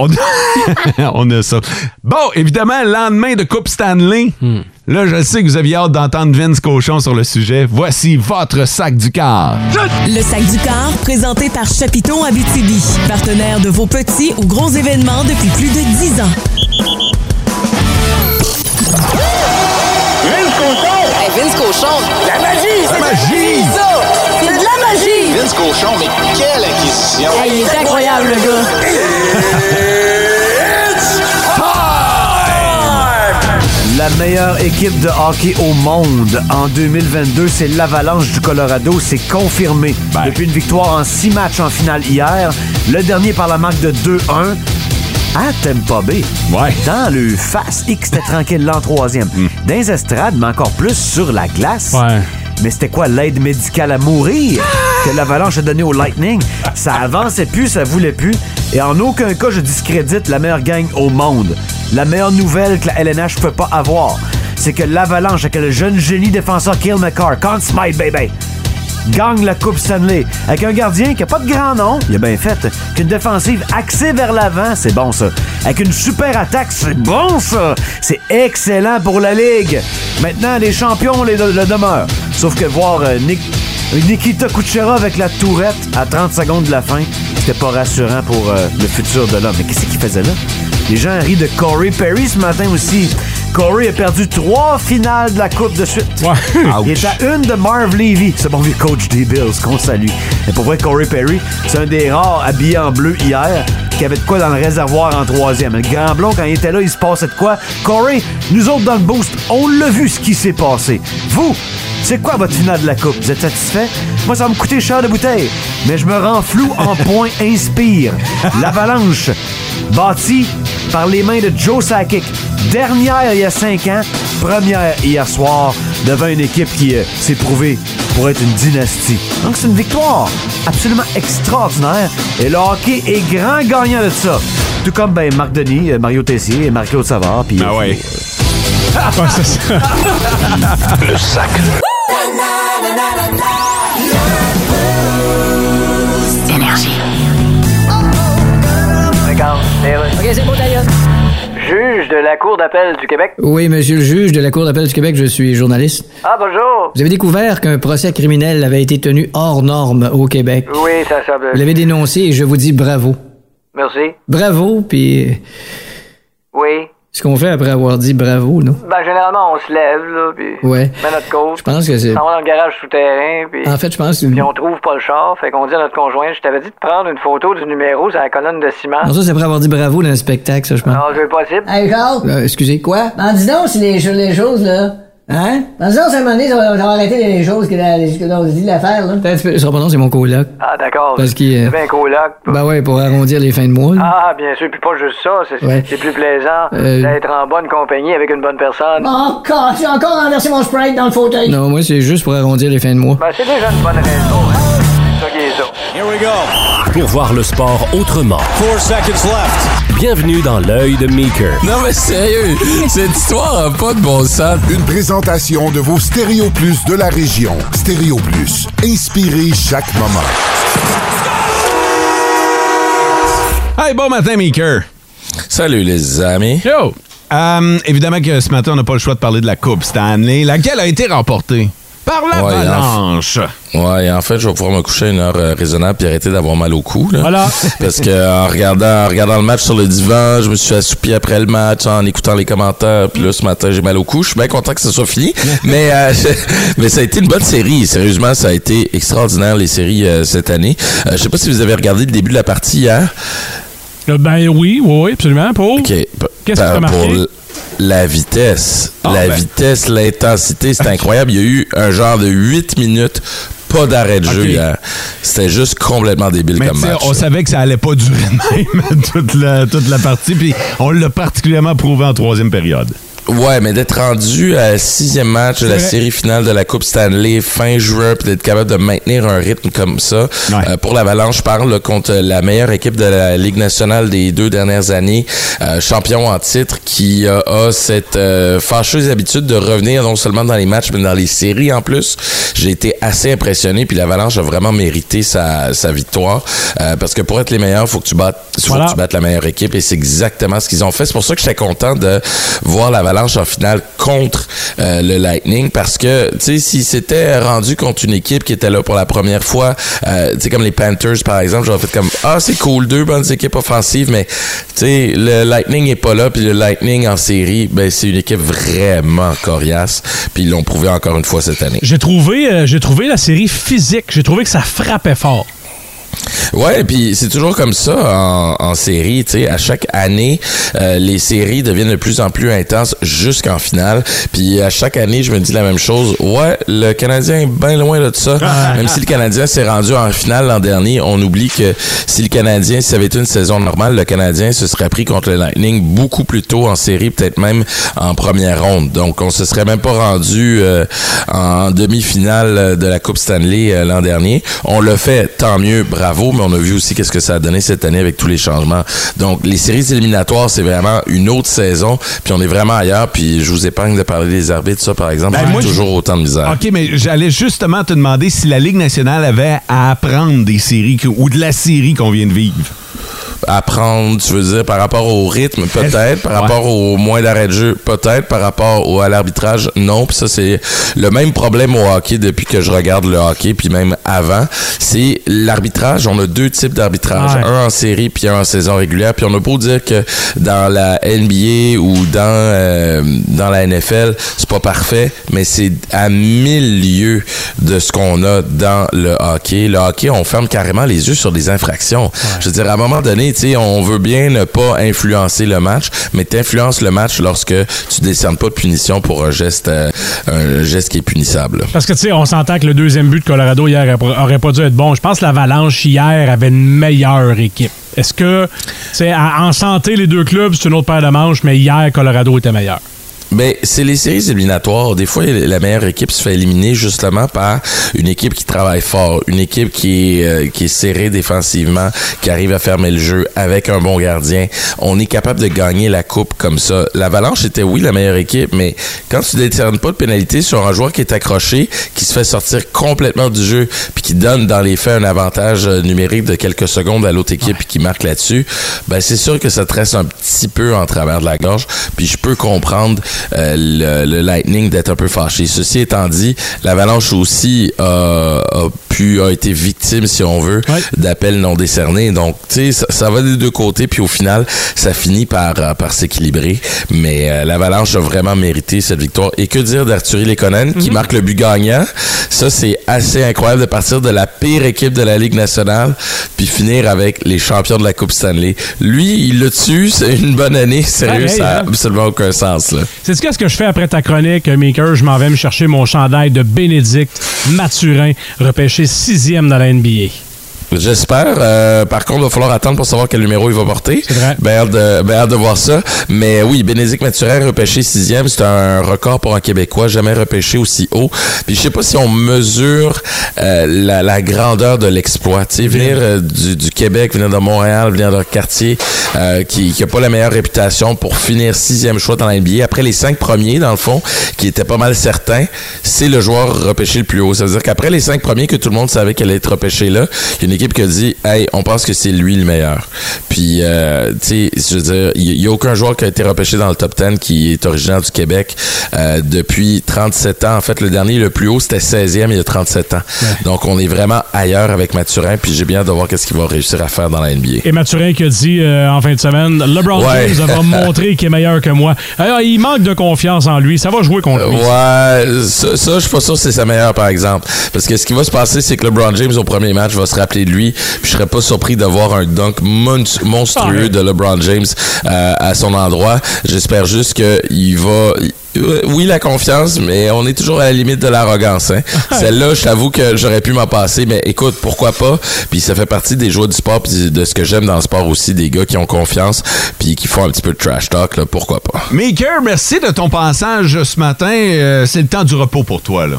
[SPEAKER 3] On... a ça. Bon, évidemment, lendemain de Coupe Stanley,
[SPEAKER 8] Hmm.
[SPEAKER 3] là, je sais que vous aviez hâte d'entendre Vince Cochon sur le sujet. Voici votre sac du quart.
[SPEAKER 12] Le sac du corps, présenté par Chapiton Abitibi, partenaire de vos petits ou gros événements depuis plus de 10 ans.
[SPEAKER 8] Vince Cochon! Vince Cochon! La magie! La magie! C'est de la magie!
[SPEAKER 9] Vince Cochon, mais quelle acquisition!
[SPEAKER 8] Hey, il est incroyable, le
[SPEAKER 13] La meilleure équipe de hockey au monde en 2022, c'est l'Avalanche du Colorado. C'est confirmé. Depuis une victoire en six matchs en finale hier, le dernier par la marque de 2-1 à Tampa Bay. Dans le face X, c'était tranquille l'an troisième. Dans les estrades, mais encore plus sur la glace. Mais c'était quoi l'aide médicale à mourir que l'Avalanche a donnée au Lightning? Ça avançait plus, ça voulait plus. Et en aucun cas, je discrédite la meilleure gang au monde. La meilleure nouvelle que la LNH peut pas avoir, c'est que l'Avalanche avec le jeune génie défenseur Kill McCarr, can't smite, baby, gagne la Coupe Stanley avec un gardien qui a pas de grand nom, il a bien fait, qu'une défensive axée vers l'avant, c'est bon ça. Avec une super attaque, c'est bon ça. C'est excellent pour la Ligue. Maintenant, les champions les, le demeurent. Sauf que voir euh, Nick- Nikita Kuchera avec la tourette à 30 secondes de la fin, c'était pas rassurant pour euh, le futur de l'homme. Mais qu'est-ce qu'il faisait là? Les gens rient de Corey Perry ce matin aussi. Corey a perdu trois finales de la Coupe de suite. Il est à une de Marv Levy, ce bon vieux coach des Bills qu'on salue. Et pour vrai, Corey Perry, c'est un des rares habillés en bleu hier qui avait de quoi dans le réservoir en troisième. Le grand blond, quand il était là, il se passait de quoi. Corey, nous autres dans le boost, on l'a vu ce qui s'est passé. Vous, c'est quoi votre finale de la Coupe? Vous êtes satisfait? Moi, ça va me coûter cher de bouteille, mais je me rends flou en point inspire. L'avalanche, bâtie par les mains de Joe Sakic. Dernière il y a cinq ans, première hier soir, devant une équipe qui euh, s'est prouvée pour être une dynastie. Donc, c'est une victoire absolument extraordinaire. Et le hockey est grand gagnant de ça. Tout comme ben, Marc Denis, euh, Mario Tessier et Marc-Claude Savard. Puis, ah ouais.
[SPEAKER 6] Le sac.
[SPEAKER 2] Regarde, les rues.
[SPEAKER 7] OK, c'est bon, d'ailleurs.
[SPEAKER 2] Juge de la Cour d'appel du Québec.
[SPEAKER 11] Oui, monsieur le juge de la Cour d'appel du Québec, je suis journaliste.
[SPEAKER 2] Ah, bonjour.
[SPEAKER 11] Vous avez découvert qu'un procès criminel avait été tenu hors norme au Québec.
[SPEAKER 2] Oui, ça semble.
[SPEAKER 11] Vous l'avez dénoncé et je vous dis bravo.
[SPEAKER 2] Merci.
[SPEAKER 11] Bravo, puis euh,
[SPEAKER 2] Oui.
[SPEAKER 11] ce qu'on fait après avoir dit bravo, non?
[SPEAKER 2] Ben, généralement, on se lève, là, puis
[SPEAKER 11] Ouais.
[SPEAKER 2] on met notre côte. Je
[SPEAKER 11] pense que c'est-
[SPEAKER 2] On va dans le garage souterrain, puis...
[SPEAKER 11] En fait, je pense que...
[SPEAKER 2] Puis on trouve pas le char, fait qu'on dit à notre conjoint, je t'avais dit de prendre une photo du numéro sur la colonne de ciment.
[SPEAKER 11] Non, ça, c'est après avoir dit bravo dans le spectacle, ça, je pense.
[SPEAKER 2] Non, c'est possible.
[SPEAKER 7] Hey, Charles!
[SPEAKER 11] Euh, excusez.
[SPEAKER 7] Quoi? Ben, dis donc, c'est les, cho- les choses, là. Hein? Ben, dis donc, c'est un moment donné, ça va, ça va arrêter les, les choses que, la- les- que l'on dit de la faire, là.
[SPEAKER 11] Attends un petit peu, son prénom, c'est mon coloc.
[SPEAKER 2] Ah, d'accord.
[SPEAKER 11] Parce qu'il, euh,
[SPEAKER 2] C'est bien coloc.
[SPEAKER 11] Ben ouais, pour arrondir les fins de mois. là.
[SPEAKER 2] Ah, bien sûr, puis pas juste ça, c'est
[SPEAKER 11] Ouais.
[SPEAKER 2] c'est plus plaisant
[SPEAKER 11] Euh,
[SPEAKER 2] d'être en bonne compagnie avec une bonne personne.
[SPEAKER 7] Oh, God, j'ai encore renversé mon sprite dans le fauteuil.
[SPEAKER 11] Non, moi, c'est juste pour arrondir les fins de mois.
[SPEAKER 2] Ben, c'est déjà une bonne raison, hein. C'est ça qui est ça.
[SPEAKER 9] Here we go.
[SPEAKER 1] Pour voir le sport autrement.
[SPEAKER 9] Four seconds left.
[SPEAKER 1] Bienvenue dans l'œil de Meeker.
[SPEAKER 14] Non mais sérieux, cette histoire a pas de bon sens.
[SPEAKER 15] Une présentation de vos Stéréo Plus de la région. Stéréo Plus. Inspirez chaque moment.
[SPEAKER 3] Hey, bon matin, Maker.
[SPEAKER 14] Salut, les amis.
[SPEAKER 3] Yo! Euh, évidemment que ce matin, on n'a pas le choix de parler de la Coupe Stanley, laquelle a été remportée par
[SPEAKER 14] hein.
[SPEAKER 3] l'Avalanche.
[SPEAKER 14] Ouais, en fait, je vais pouvoir me coucher à une heure euh, raisonnable puis arrêter d'avoir mal au cou. là.
[SPEAKER 4] Voilà.
[SPEAKER 14] Parce que euh, en regardant, en regardant le match sur le divan, je me suis assoupi après le match en écoutant les commentaires. Puis là, ce matin, j'ai mal au cou. Je suis bien content que ça soit fini. mais, euh, mais ça a été une bonne série. Sérieusement, ça a été extraordinaire, les séries euh, cette année. Euh, je sais pas si vous avez regardé le début de la partie hier.
[SPEAKER 4] Euh, Ben oui, oui, oui, absolument. Pour.
[SPEAKER 14] OK. p-
[SPEAKER 4] Qu'est-ce que t'as
[SPEAKER 14] par-
[SPEAKER 4] marqué?
[SPEAKER 14] pour l- la vitesse. la
[SPEAKER 4] ben.
[SPEAKER 14] vitesse, l'intensité, c'est incroyable. Il y a eu un genre de 8 minutes, pas d'arrêt de jeu
[SPEAKER 3] OK.
[SPEAKER 14] hier. C'était juste complètement débile
[SPEAKER 3] Mais
[SPEAKER 14] comme
[SPEAKER 3] tu sais,
[SPEAKER 14] match.
[SPEAKER 3] on savait que ça allait pas durer de même toute la, toute la partie, puis on l'a particulièrement prouvé en troisième période.
[SPEAKER 14] Ouais, mais d'être rendu à sixième match de la
[SPEAKER 16] vrai.
[SPEAKER 14] série finale de la Coupe Stanley fin juin, puis d'être capable de maintenir un rythme comme ça. Euh, pour l'Avalanche, je parle là, contre la meilleure équipe de la Ligue nationale des deux dernières années, euh, champion en titre, qui euh, a cette euh, fâcheuse habitude de revenir non seulement dans les matchs, mais dans les séries en plus. J'ai été assez impressionné, puis l'Avalanche a vraiment mérité sa, sa victoire, euh, parce que pour être les meilleurs, faut que tu battes, faut
[SPEAKER 4] Voilà.
[SPEAKER 14] que tu battes la meilleure équipe, et c'est exactement ce qu'ils ont fait. C'est pour ça que j'étais content de voir l'Avalanche en finale contre euh, le Lightning, parce que, tu sais, s'ils s'étaient rendus contre une équipe qui était là pour la première fois, euh, tu sais, comme les Panthers, par exemple, j'aurais fait comme, ah, c'est cool, deux bonnes équipes offensives, mais, tu sais, le Lightning est pas là, puis le Lightning en série, ben, c'est une équipe vraiment coriace, puis ils l'ont prouvé encore une fois cette année.
[SPEAKER 4] J'ai trouvé, euh, j'ai trouvé la série physique. J'ai trouvé que ça frappait fort.
[SPEAKER 14] Ouais, puis c'est toujours comme ça en, en série, tu sais, à chaque année, euh, les séries deviennent de plus en plus intenses jusqu'en finale. Puis à chaque année, je me dis la même chose. Ouais, le Canadien est bien loin de ça. même si le Canadien s'est rendu en finale l'an dernier, on oublie que si le Canadien, si ça avait été une saison normale, le Canadien se serait pris contre le Lightning beaucoup plus tôt en série, peut-être même en première ronde. Donc on se serait même pas rendu euh, en demi-finale euh, de la Coupe Stanley euh, l'an dernier. On le fait, tant mieux, bravo, mais on a vu aussi qu'est-ce que ça a donné cette année avec tous les changements. Donc, les séries éliminatoires, c'est vraiment une autre saison, puis on est vraiment ailleurs, puis je vous épargne de parler des arbitres, ça, par exemple,
[SPEAKER 16] Ben,
[SPEAKER 14] c'est
[SPEAKER 16] moi,
[SPEAKER 14] toujours euh, autant de misère.
[SPEAKER 16] OK, mais j'allais justement te demander si la Ligue nationale avait à apprendre des séries que- ou de la série qu'on vient de vivre.
[SPEAKER 14] Apprendre, tu veux dire, par rapport au rythme, peut-être, par rapport au moins d'arrêt de jeu, peut-être, par rapport au, à l'arbitrage, non. Puis ça, c'est le même problème au hockey depuis que je regarde le hockey, puis même avant. C'est l'arbitrage. On a deux types d'arbitrage.
[SPEAKER 16] Ouais.
[SPEAKER 14] Un en série, puis un en saison régulière. Puis on a beau dire que dans la NBA ou dans, euh, dans la NFL, c'est pas parfait, mais c'est à mille lieues de ce qu'on a dans le hockey. Le hockey, on ferme carrément les yeux sur des infractions. Je veux dire, à un moment donné, tu sais, on veut bien ne pas influencer le match, mais t'influences le match lorsque tu décernes pas de punition pour un geste, euh, un geste qui est punissable.
[SPEAKER 4] Parce que, tu sais, on s'entend que le deuxième but de Colorado hier aurait pas dû être bon. Je pense que l'Avalanche hier avait une meilleure équipe. Est-ce que, tu sais, à- en santé, les deux clubs, c'est une autre paire de manches, mais hier, Colorado était meilleur.
[SPEAKER 14] Ben, c'est les séries éliminatoires. Des fois, la meilleure équipe se fait éliminer justement par une équipe qui travaille fort, une équipe qui est, euh, qui est serrée défensivement, qui arrive à fermer le jeu avec un bon gardien. On est capable de gagner la coupe comme ça. L'Avalanche était, oui, la meilleure équipe, mais quand tu détermines pas de pénalité sur un joueur qui est accroché, qui se fait sortir complètement du jeu, puis qui donne dans les faits un avantage euh, numérique de quelques secondes à l'autre équipe, puis qui marque là-dessus, ben c'est sûr que ça te reste un petit peu en travers de la gorge. Puis je peux comprendre euh, le, le Lightning d'être un peu fâché. Ceci étant dit, l'Avalanche aussi euh, a pu a été victime, si on veut, d'appels non décernés. Donc, tu sais, ça, ça va des deux côtés. Puis au final, ça finit par, euh, par s'équilibrer. Mais euh, l'Avalanche a vraiment mérité cette victoire. Et que dire d'Arthurie Lekonen qui marque le but gagnant? Ça, c'est assez incroyable de partir de la pire équipe de la Ligue nationale puis finir avec les champions de la Coupe Stanley. Lui, il le tue. C'est une bonne année. Sérieux,
[SPEAKER 4] Pareil,
[SPEAKER 14] ça n'a
[SPEAKER 4] hein?
[SPEAKER 14] absolument aucun sens. Là.
[SPEAKER 4] C'est-tu qu'est-ce que je fais après ta chronique, euh, Maker? Je m'en vais me chercher mon chandail de Bénédicte Mathurin, repêché sixième dans la NBA.
[SPEAKER 14] J'espère. Euh, par contre, il va falloir attendre pour savoir quel numéro il va porter. C'est vrai. Ben, hâte de, ben, hâte de voir ça. Mais oui, Bénédicte Mathurin repêché sixième, c'est un record pour un Québécois jamais repêché aussi haut. Puis je sais pas si on mesure euh, la, la grandeur de l'exploit. Tu sais, venir euh, du, du Québec, venir de Montréal, venir d'un quartier euh, qui n'a pas la meilleure réputation pour finir sixième choix dans la NBA. Après les cinq premiers, dans le fond, qui étaient pas mal certains, c'est le joueur repêché le plus haut. Ça veut dire qu'après les cinq premiers que tout le monde savait qu'elle allait être repêchée là, il y a une équipe qui a dit Hey, on pense que c'est lui le meilleur. Puis euh, tu sais, je veux dire, il n'y a aucun joueur qui a été repêché dans le top 10 qui est originaire du Québec euh, depuis 37 ans. En fait, le dernier le plus haut, c'était 16e il y a 37 ans. Donc on est vraiment ailleurs avec Mathurin, puis j'ai bien hâte de voir qu'est-ce qu'il va réussir à faire dans la NBA.
[SPEAKER 4] Et Mathurin qui a dit euh, en fin de semaine, LeBron
[SPEAKER 14] Ouais.
[SPEAKER 4] James va me montrer qu'il est meilleur que moi. Alors, il manque de confiance en lui. Ça va jouer contre lui.
[SPEAKER 14] Ouais, ça, ça, je suis pas sûr que c'est sa meilleure, par exemple. Parce que ce qui va se passer, c'est que LeBron James, au premier match, va se rappeler de lui. Puis je serais pas surpris d'avoir un dunk mon- monstrueux de LeBron James euh, à son endroit. J'espère juste qu'il va. euh, Oui, la confiance, mais on est toujours à la limite de l'arrogance. Hein? Celle-là, je t'avoue que j'aurais pu m'en passer, mais écoute, pourquoi pas? Puis ça fait partie des joueurs du sport, puis de ce que j'aime dans le sport aussi, des gars qui ont confiance, puis qui font un petit peu de trash talk, là, pourquoi pas?
[SPEAKER 3] Maker, merci de ton passage ce matin. Euh, c'est le temps du repos pour toi, là.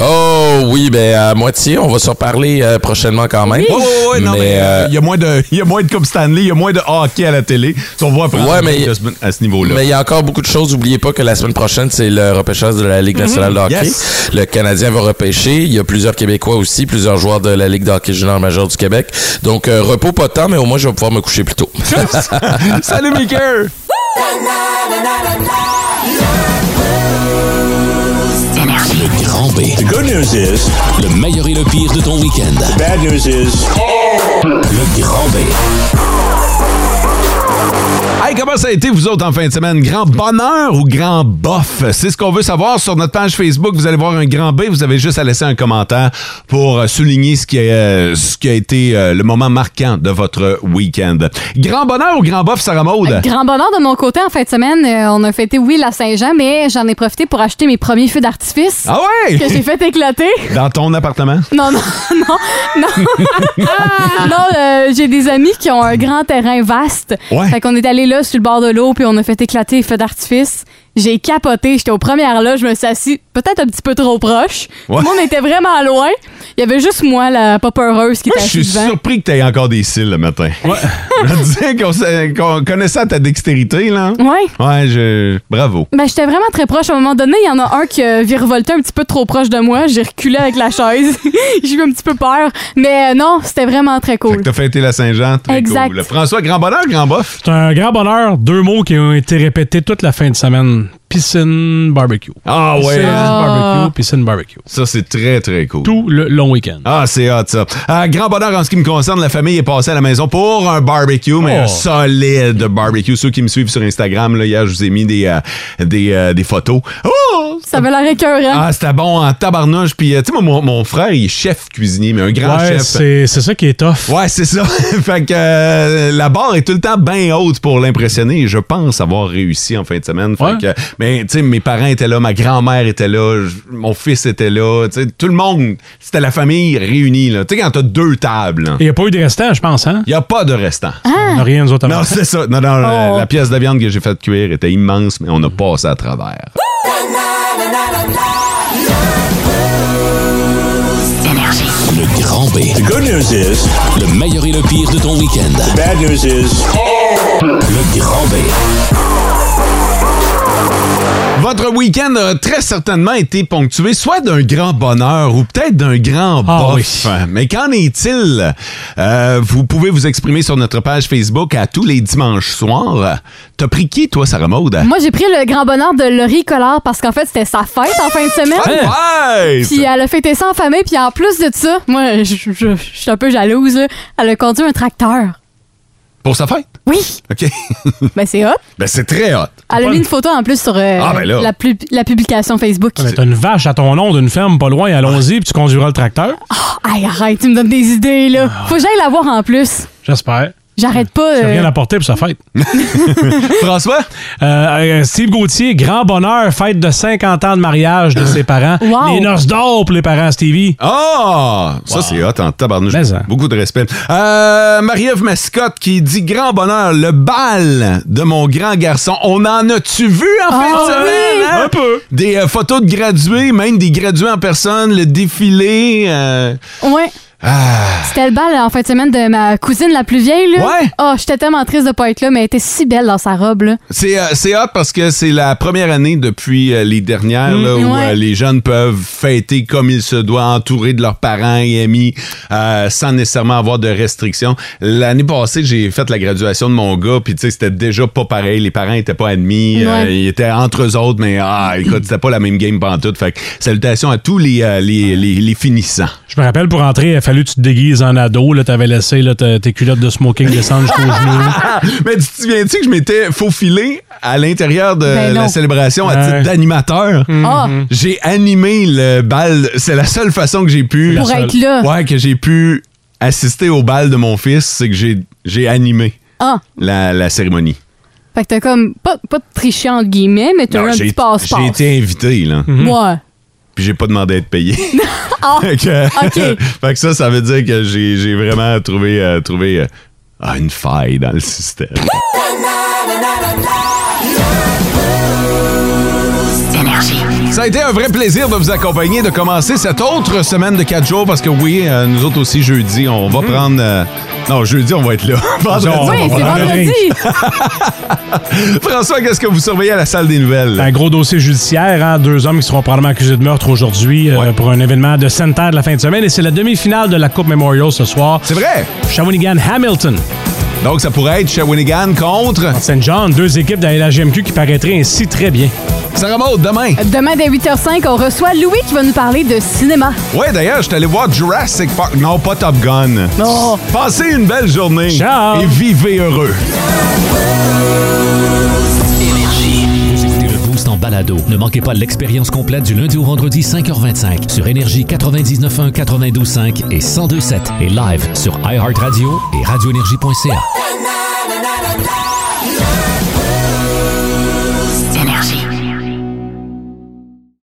[SPEAKER 14] Oh oui, ben à moitié, on va se reparler euh, prochainement quand même.
[SPEAKER 3] Oui, oui, oui, non, mais,
[SPEAKER 14] euh,
[SPEAKER 3] euh, il y a moins de, il y a moins de Coupe Stanley, il y a moins de hockey à la télé. Si on voit prendre
[SPEAKER 14] Ouais, mais-
[SPEAKER 3] de semaine- à ce niveau-là.
[SPEAKER 14] Mais il y a encore beaucoup de choses. euh, N'oubliez pas que la semaine prochaine, c'est le repêchage de la Ligue nationale
[SPEAKER 3] Mhm.
[SPEAKER 14] de hockey.
[SPEAKER 3] Yes.
[SPEAKER 14] Le Canadien va repêcher. Il y a plusieurs Québécois aussi, plusieurs joueurs de la Ligue de hockey junior majeure du Québec. Donc, euh, repos pas tant, mais au moins, je vais pouvoir me coucher plus tôt.
[SPEAKER 3] Salut, Maker!
[SPEAKER 16] Le grand B. The good news is. Le meilleur et le pire de ton week-end. The bad news is. Le grand B.
[SPEAKER 3] Hey, comment ça a été, vous autres, en fin de semaine? Grand bonheur ou grand bof? C'est ce qu'on veut savoir sur notre page Facebook. Vous allez voir un grand B. Vous avez juste à laisser un commentaire pour euh, souligner ce qui, est, euh, ce qui a été euh, le moment marquant de votre week-end. Grand bonheur ou grand bof, Sarah Maude?
[SPEAKER 5] Grand bonheur de mon côté, en fin de semaine, euh, on a fêté, oui, la Saint-Jean, mais j'en ai profité pour acheter mes premiers feux d'artifice.
[SPEAKER 3] Ah ouais?
[SPEAKER 5] Que j'ai fait éclater.
[SPEAKER 3] Dans ton appartement?
[SPEAKER 5] Non, non, non, non. non, euh, j'ai des amis qui ont un grand terrain vaste.
[SPEAKER 3] Ouais.
[SPEAKER 5] Fait qu'on est allé là sur le bord de l'eau, puis on a fait éclater les feux d'artifice. J'ai capoté, j'étais aux premières là, je me suis assis peut-être un petit peu trop proche.
[SPEAKER 3] Ouais.
[SPEAKER 5] Tout le monde était vraiment loin. Il y avait juste moi, la pas peureuse, qui
[SPEAKER 3] Moi,
[SPEAKER 5] était
[SPEAKER 3] je
[SPEAKER 5] assise
[SPEAKER 3] suis
[SPEAKER 5] devant.
[SPEAKER 3] surpris que tu aies encore des cils le matin. Je me disais qu'on sait- qu'on connaissait ta dextérité, là.
[SPEAKER 5] Ouais.
[SPEAKER 3] Ouais, je... bravo.
[SPEAKER 5] Ben, j'étais vraiment très proche. À un moment donné, il y en a un qui a virevolté un petit peu trop proche de moi. J'ai reculé avec la chaise. J'ai eu un petit peu peur. Mais euh, non, c'était vraiment très cool.
[SPEAKER 3] T'as fêté la Saint-Jean, très
[SPEAKER 5] Exact.
[SPEAKER 3] cool. François, grand bonheur, grand bof?
[SPEAKER 4] C'est un grand bonheur, deux mots qui ont été répétés toute la fin de semaine. Piscine, barbecue.
[SPEAKER 3] Ah ouais.
[SPEAKER 4] Piscine, barbecue.
[SPEAKER 3] piscine barbecue. Ça, c'est très, très cool.
[SPEAKER 4] Tout le long week-end.
[SPEAKER 3] Ah, c'est hot, ça. Euh, grand bonheur en ce qui me concerne, la famille est passée à la maison pour un barbecue, mais
[SPEAKER 4] Oh.
[SPEAKER 3] un solide barbecue. Ceux qui me suivent sur Instagram, là, hier, je vous ai mis des, euh, des, euh, des photos.
[SPEAKER 4] Hein?
[SPEAKER 3] Oh!
[SPEAKER 5] Ça avait l'air écœurant.
[SPEAKER 3] Ah, c'était bon en tabarnouche. Puis, euh, tu sais, moi, mon, mon frère, il est chef cuisinier, mais un grand
[SPEAKER 4] ouais,
[SPEAKER 3] chef.
[SPEAKER 4] c'est c'est ça qui est tough.
[SPEAKER 3] Ouais, c'est ça. fait que euh, la barre est tout le temps bien haute pour l'impressionner et je pense avoir réussi en fin de semaine. Fait que, mais tu sais, mes parents étaient là, ma grand-mère était là, j- mon fils était là, tu sais, tout le monde, c'était la famille réunie, là. Tu sais, quand t'as deux tables,
[SPEAKER 4] Il n'y a pas eu de restant, je pense, hein?
[SPEAKER 3] il n'y a pas de restant.
[SPEAKER 4] On a rien, nous autres. à
[SPEAKER 3] Non,
[SPEAKER 4] manger.
[SPEAKER 3] c'est ça. Non, non, la- la pièce de viande que j'ai faite cuire était immense, mais on a passé à travers.
[SPEAKER 16] Le grand B. The good news is. Le meilleur et le pire de ton week-end. The bad news is. Le grand B.
[SPEAKER 3] Votre week-end a très certainement été ponctué soit d'un grand bonheur ou peut-être d'un grand
[SPEAKER 2] Ah
[SPEAKER 3] bof. Mais qu'en est-il? Euh, vous pouvez vous exprimer sur notre page Facebook à tous les dimanches soirs. T'as pris qui, toi, Sarah Maud?
[SPEAKER 2] Hein?
[SPEAKER 5] Moi, j'ai pris le grand bonheur de Laurie Collard parce qu'en fait, c'était sa fête en fin de semaine.
[SPEAKER 3] Fête!
[SPEAKER 2] euh,
[SPEAKER 5] Puis elle a fêté ça en famille. Puis en plus de ça, moi, je je- je suis un peu jalouse. là. Elle a conduit un tracteur.
[SPEAKER 3] Pour sa fête?
[SPEAKER 5] Oui.
[SPEAKER 3] OK.
[SPEAKER 5] Ben, c'est hot.
[SPEAKER 3] ben, c'est très hot.
[SPEAKER 5] Elle a mis une photo en plus sur euh,
[SPEAKER 4] Ah, ben là.
[SPEAKER 5] la, pub- la publication Facebook.
[SPEAKER 4] Ah, mais T'as une vache à ton nom d'une ferme pas loin, allons-y, puis tu conduiras le tracteur.
[SPEAKER 5] Aïe, arrête, tu me donnes des idées, là. Faut que j'aille la voir en plus.
[SPEAKER 4] J'espère.
[SPEAKER 5] J'arrête pas.
[SPEAKER 4] J'ai
[SPEAKER 5] euh,
[SPEAKER 4] Ah. rien apporté pour sa fête. Euh,
[SPEAKER 3] François?
[SPEAKER 4] Steve Gauthier, grand bonheur, fête de 50 ans de mariage de ses parents.
[SPEAKER 5] Wow.
[SPEAKER 4] Les noces d'or pour les parents, Stevie.
[SPEAKER 3] Ah! Ça, c'est hot en tabarnouche.
[SPEAKER 2] hein.
[SPEAKER 3] Beaucoup de respect. Euh, Marie-Ève Mascotte qui dit grand bonheur, le bal de mon grand garçon. On en a-tu vu en fin de
[SPEAKER 2] Ah
[SPEAKER 3] semaine?
[SPEAKER 2] oui!
[SPEAKER 3] hein?
[SPEAKER 2] Un peu.
[SPEAKER 3] Des euh, photos de gradués, même des gradués en personne, le défilé. euh,
[SPEAKER 5] Ouais.
[SPEAKER 3] Ah!
[SPEAKER 5] C'était le bal en fin de semaine de ma cousine la plus vieille, là.
[SPEAKER 3] Ouais.
[SPEAKER 5] Oh, j'étais tellement triste de pas être là, mais elle était si belle dans sa robe, là.
[SPEAKER 3] C'est, euh, c'est hot parce que c'est la première année depuis euh, les dernières là, où
[SPEAKER 5] ouais.
[SPEAKER 3] euh, les jeunes peuvent fêter comme il se doit, entourés de leurs parents et amis, euh, sans nécessairement avoir de restrictions. L'année passée, j'ai fait la graduation de mon gars, puis tu sais, c'était déjà pas pareil. Les parents étaient pas admis, euh,
[SPEAKER 4] Ouais.
[SPEAKER 3] ils étaient entre eux autres, mais ah, écoute, c'était pas la même game pantoute. Fait que salutations à tous les, euh, les, les, les finissants.
[SPEAKER 4] Je me rappelle, pour entrer, il a fallu que tu te déguises en ado. Là, t'avais laissé là, ta- tes culottes de smoking descendre jusqu'aux genoux.
[SPEAKER 3] Mais tu te souviens-tu que je m'étais faufilé à l'intérieur de
[SPEAKER 4] Ben non.
[SPEAKER 3] la célébration à
[SPEAKER 4] Ouais.
[SPEAKER 3] titre d'animateur?
[SPEAKER 5] Ah.
[SPEAKER 3] Mm-hmm. J'ai animé le bal. C'est la seule façon que j'ai pu.
[SPEAKER 5] Pour La seule. être là.
[SPEAKER 3] Ouais, que j'ai pu assisté au bal de mon fils, c'est que j'ai- j'ai animé
[SPEAKER 5] Ah,
[SPEAKER 3] la, la cérémonie.
[SPEAKER 5] fait que t'as comme, pas, pas de triché entre guillemets, mais t'as eu
[SPEAKER 3] Non,
[SPEAKER 5] un
[SPEAKER 3] j'ai
[SPEAKER 5] petit passe-passe.
[SPEAKER 3] j'ai été Mm-hmm. invité, là.
[SPEAKER 5] Ouais.
[SPEAKER 3] Puis j'ai pas demandé à être payé.
[SPEAKER 5] Ah,
[SPEAKER 3] Fait que-
[SPEAKER 5] ok.
[SPEAKER 3] fait que ça, ça veut dire que j'ai j'ai vraiment trouvé, euh, trouvé euh, ah, une faille dans le système. Ça a été un vrai plaisir de vous accompagner, de commencer cette autre semaine de 4 jours, parce que oui, euh, nous autres aussi, jeudi, on va prendre... euh, non, jeudi, on va être là. Vendredi, on va
[SPEAKER 5] oui, c'est
[SPEAKER 3] prendre-
[SPEAKER 5] vendredi.
[SPEAKER 3] François, qu'est-ce que vous surveillez à la salle des nouvelles?
[SPEAKER 4] Un gros dossier judiciaire, hein? deux hommes qui seront probablement accusés de meurtre aujourd'hui euh, pour un événement de centenaire de la fin de semaine. Et c'est la demi-finale de la Coupe Memorial ce soir.
[SPEAKER 3] C'est vrai!
[SPEAKER 4] Shawinigan-Hamilton.
[SPEAKER 3] Donc, ça pourrait être Shawinigan contre...
[SPEAKER 4] St. John, deux équipes de la LHMQ qui paraîtraient ainsi très bien.
[SPEAKER 3] Sarah Maud, demain.
[SPEAKER 5] Demain dès 8h05, on reçoit Louis qui va nous parler de cinéma.
[SPEAKER 3] Ouais, d'ailleurs, je suis allé voir Jurassic Park. Non, pas Top Gun.
[SPEAKER 5] Non.
[SPEAKER 3] Passez une belle journée.
[SPEAKER 4] Ciao.
[SPEAKER 3] Et vivez heureux.
[SPEAKER 1] Vous écoutez le Boost en balado. Ne manquez pas l'expérience complète du lundi au vendredi 5h25 sur Énergie 99.1, 92.5 et 102.7 et live sur iHeartRadio et radioénergie.ca.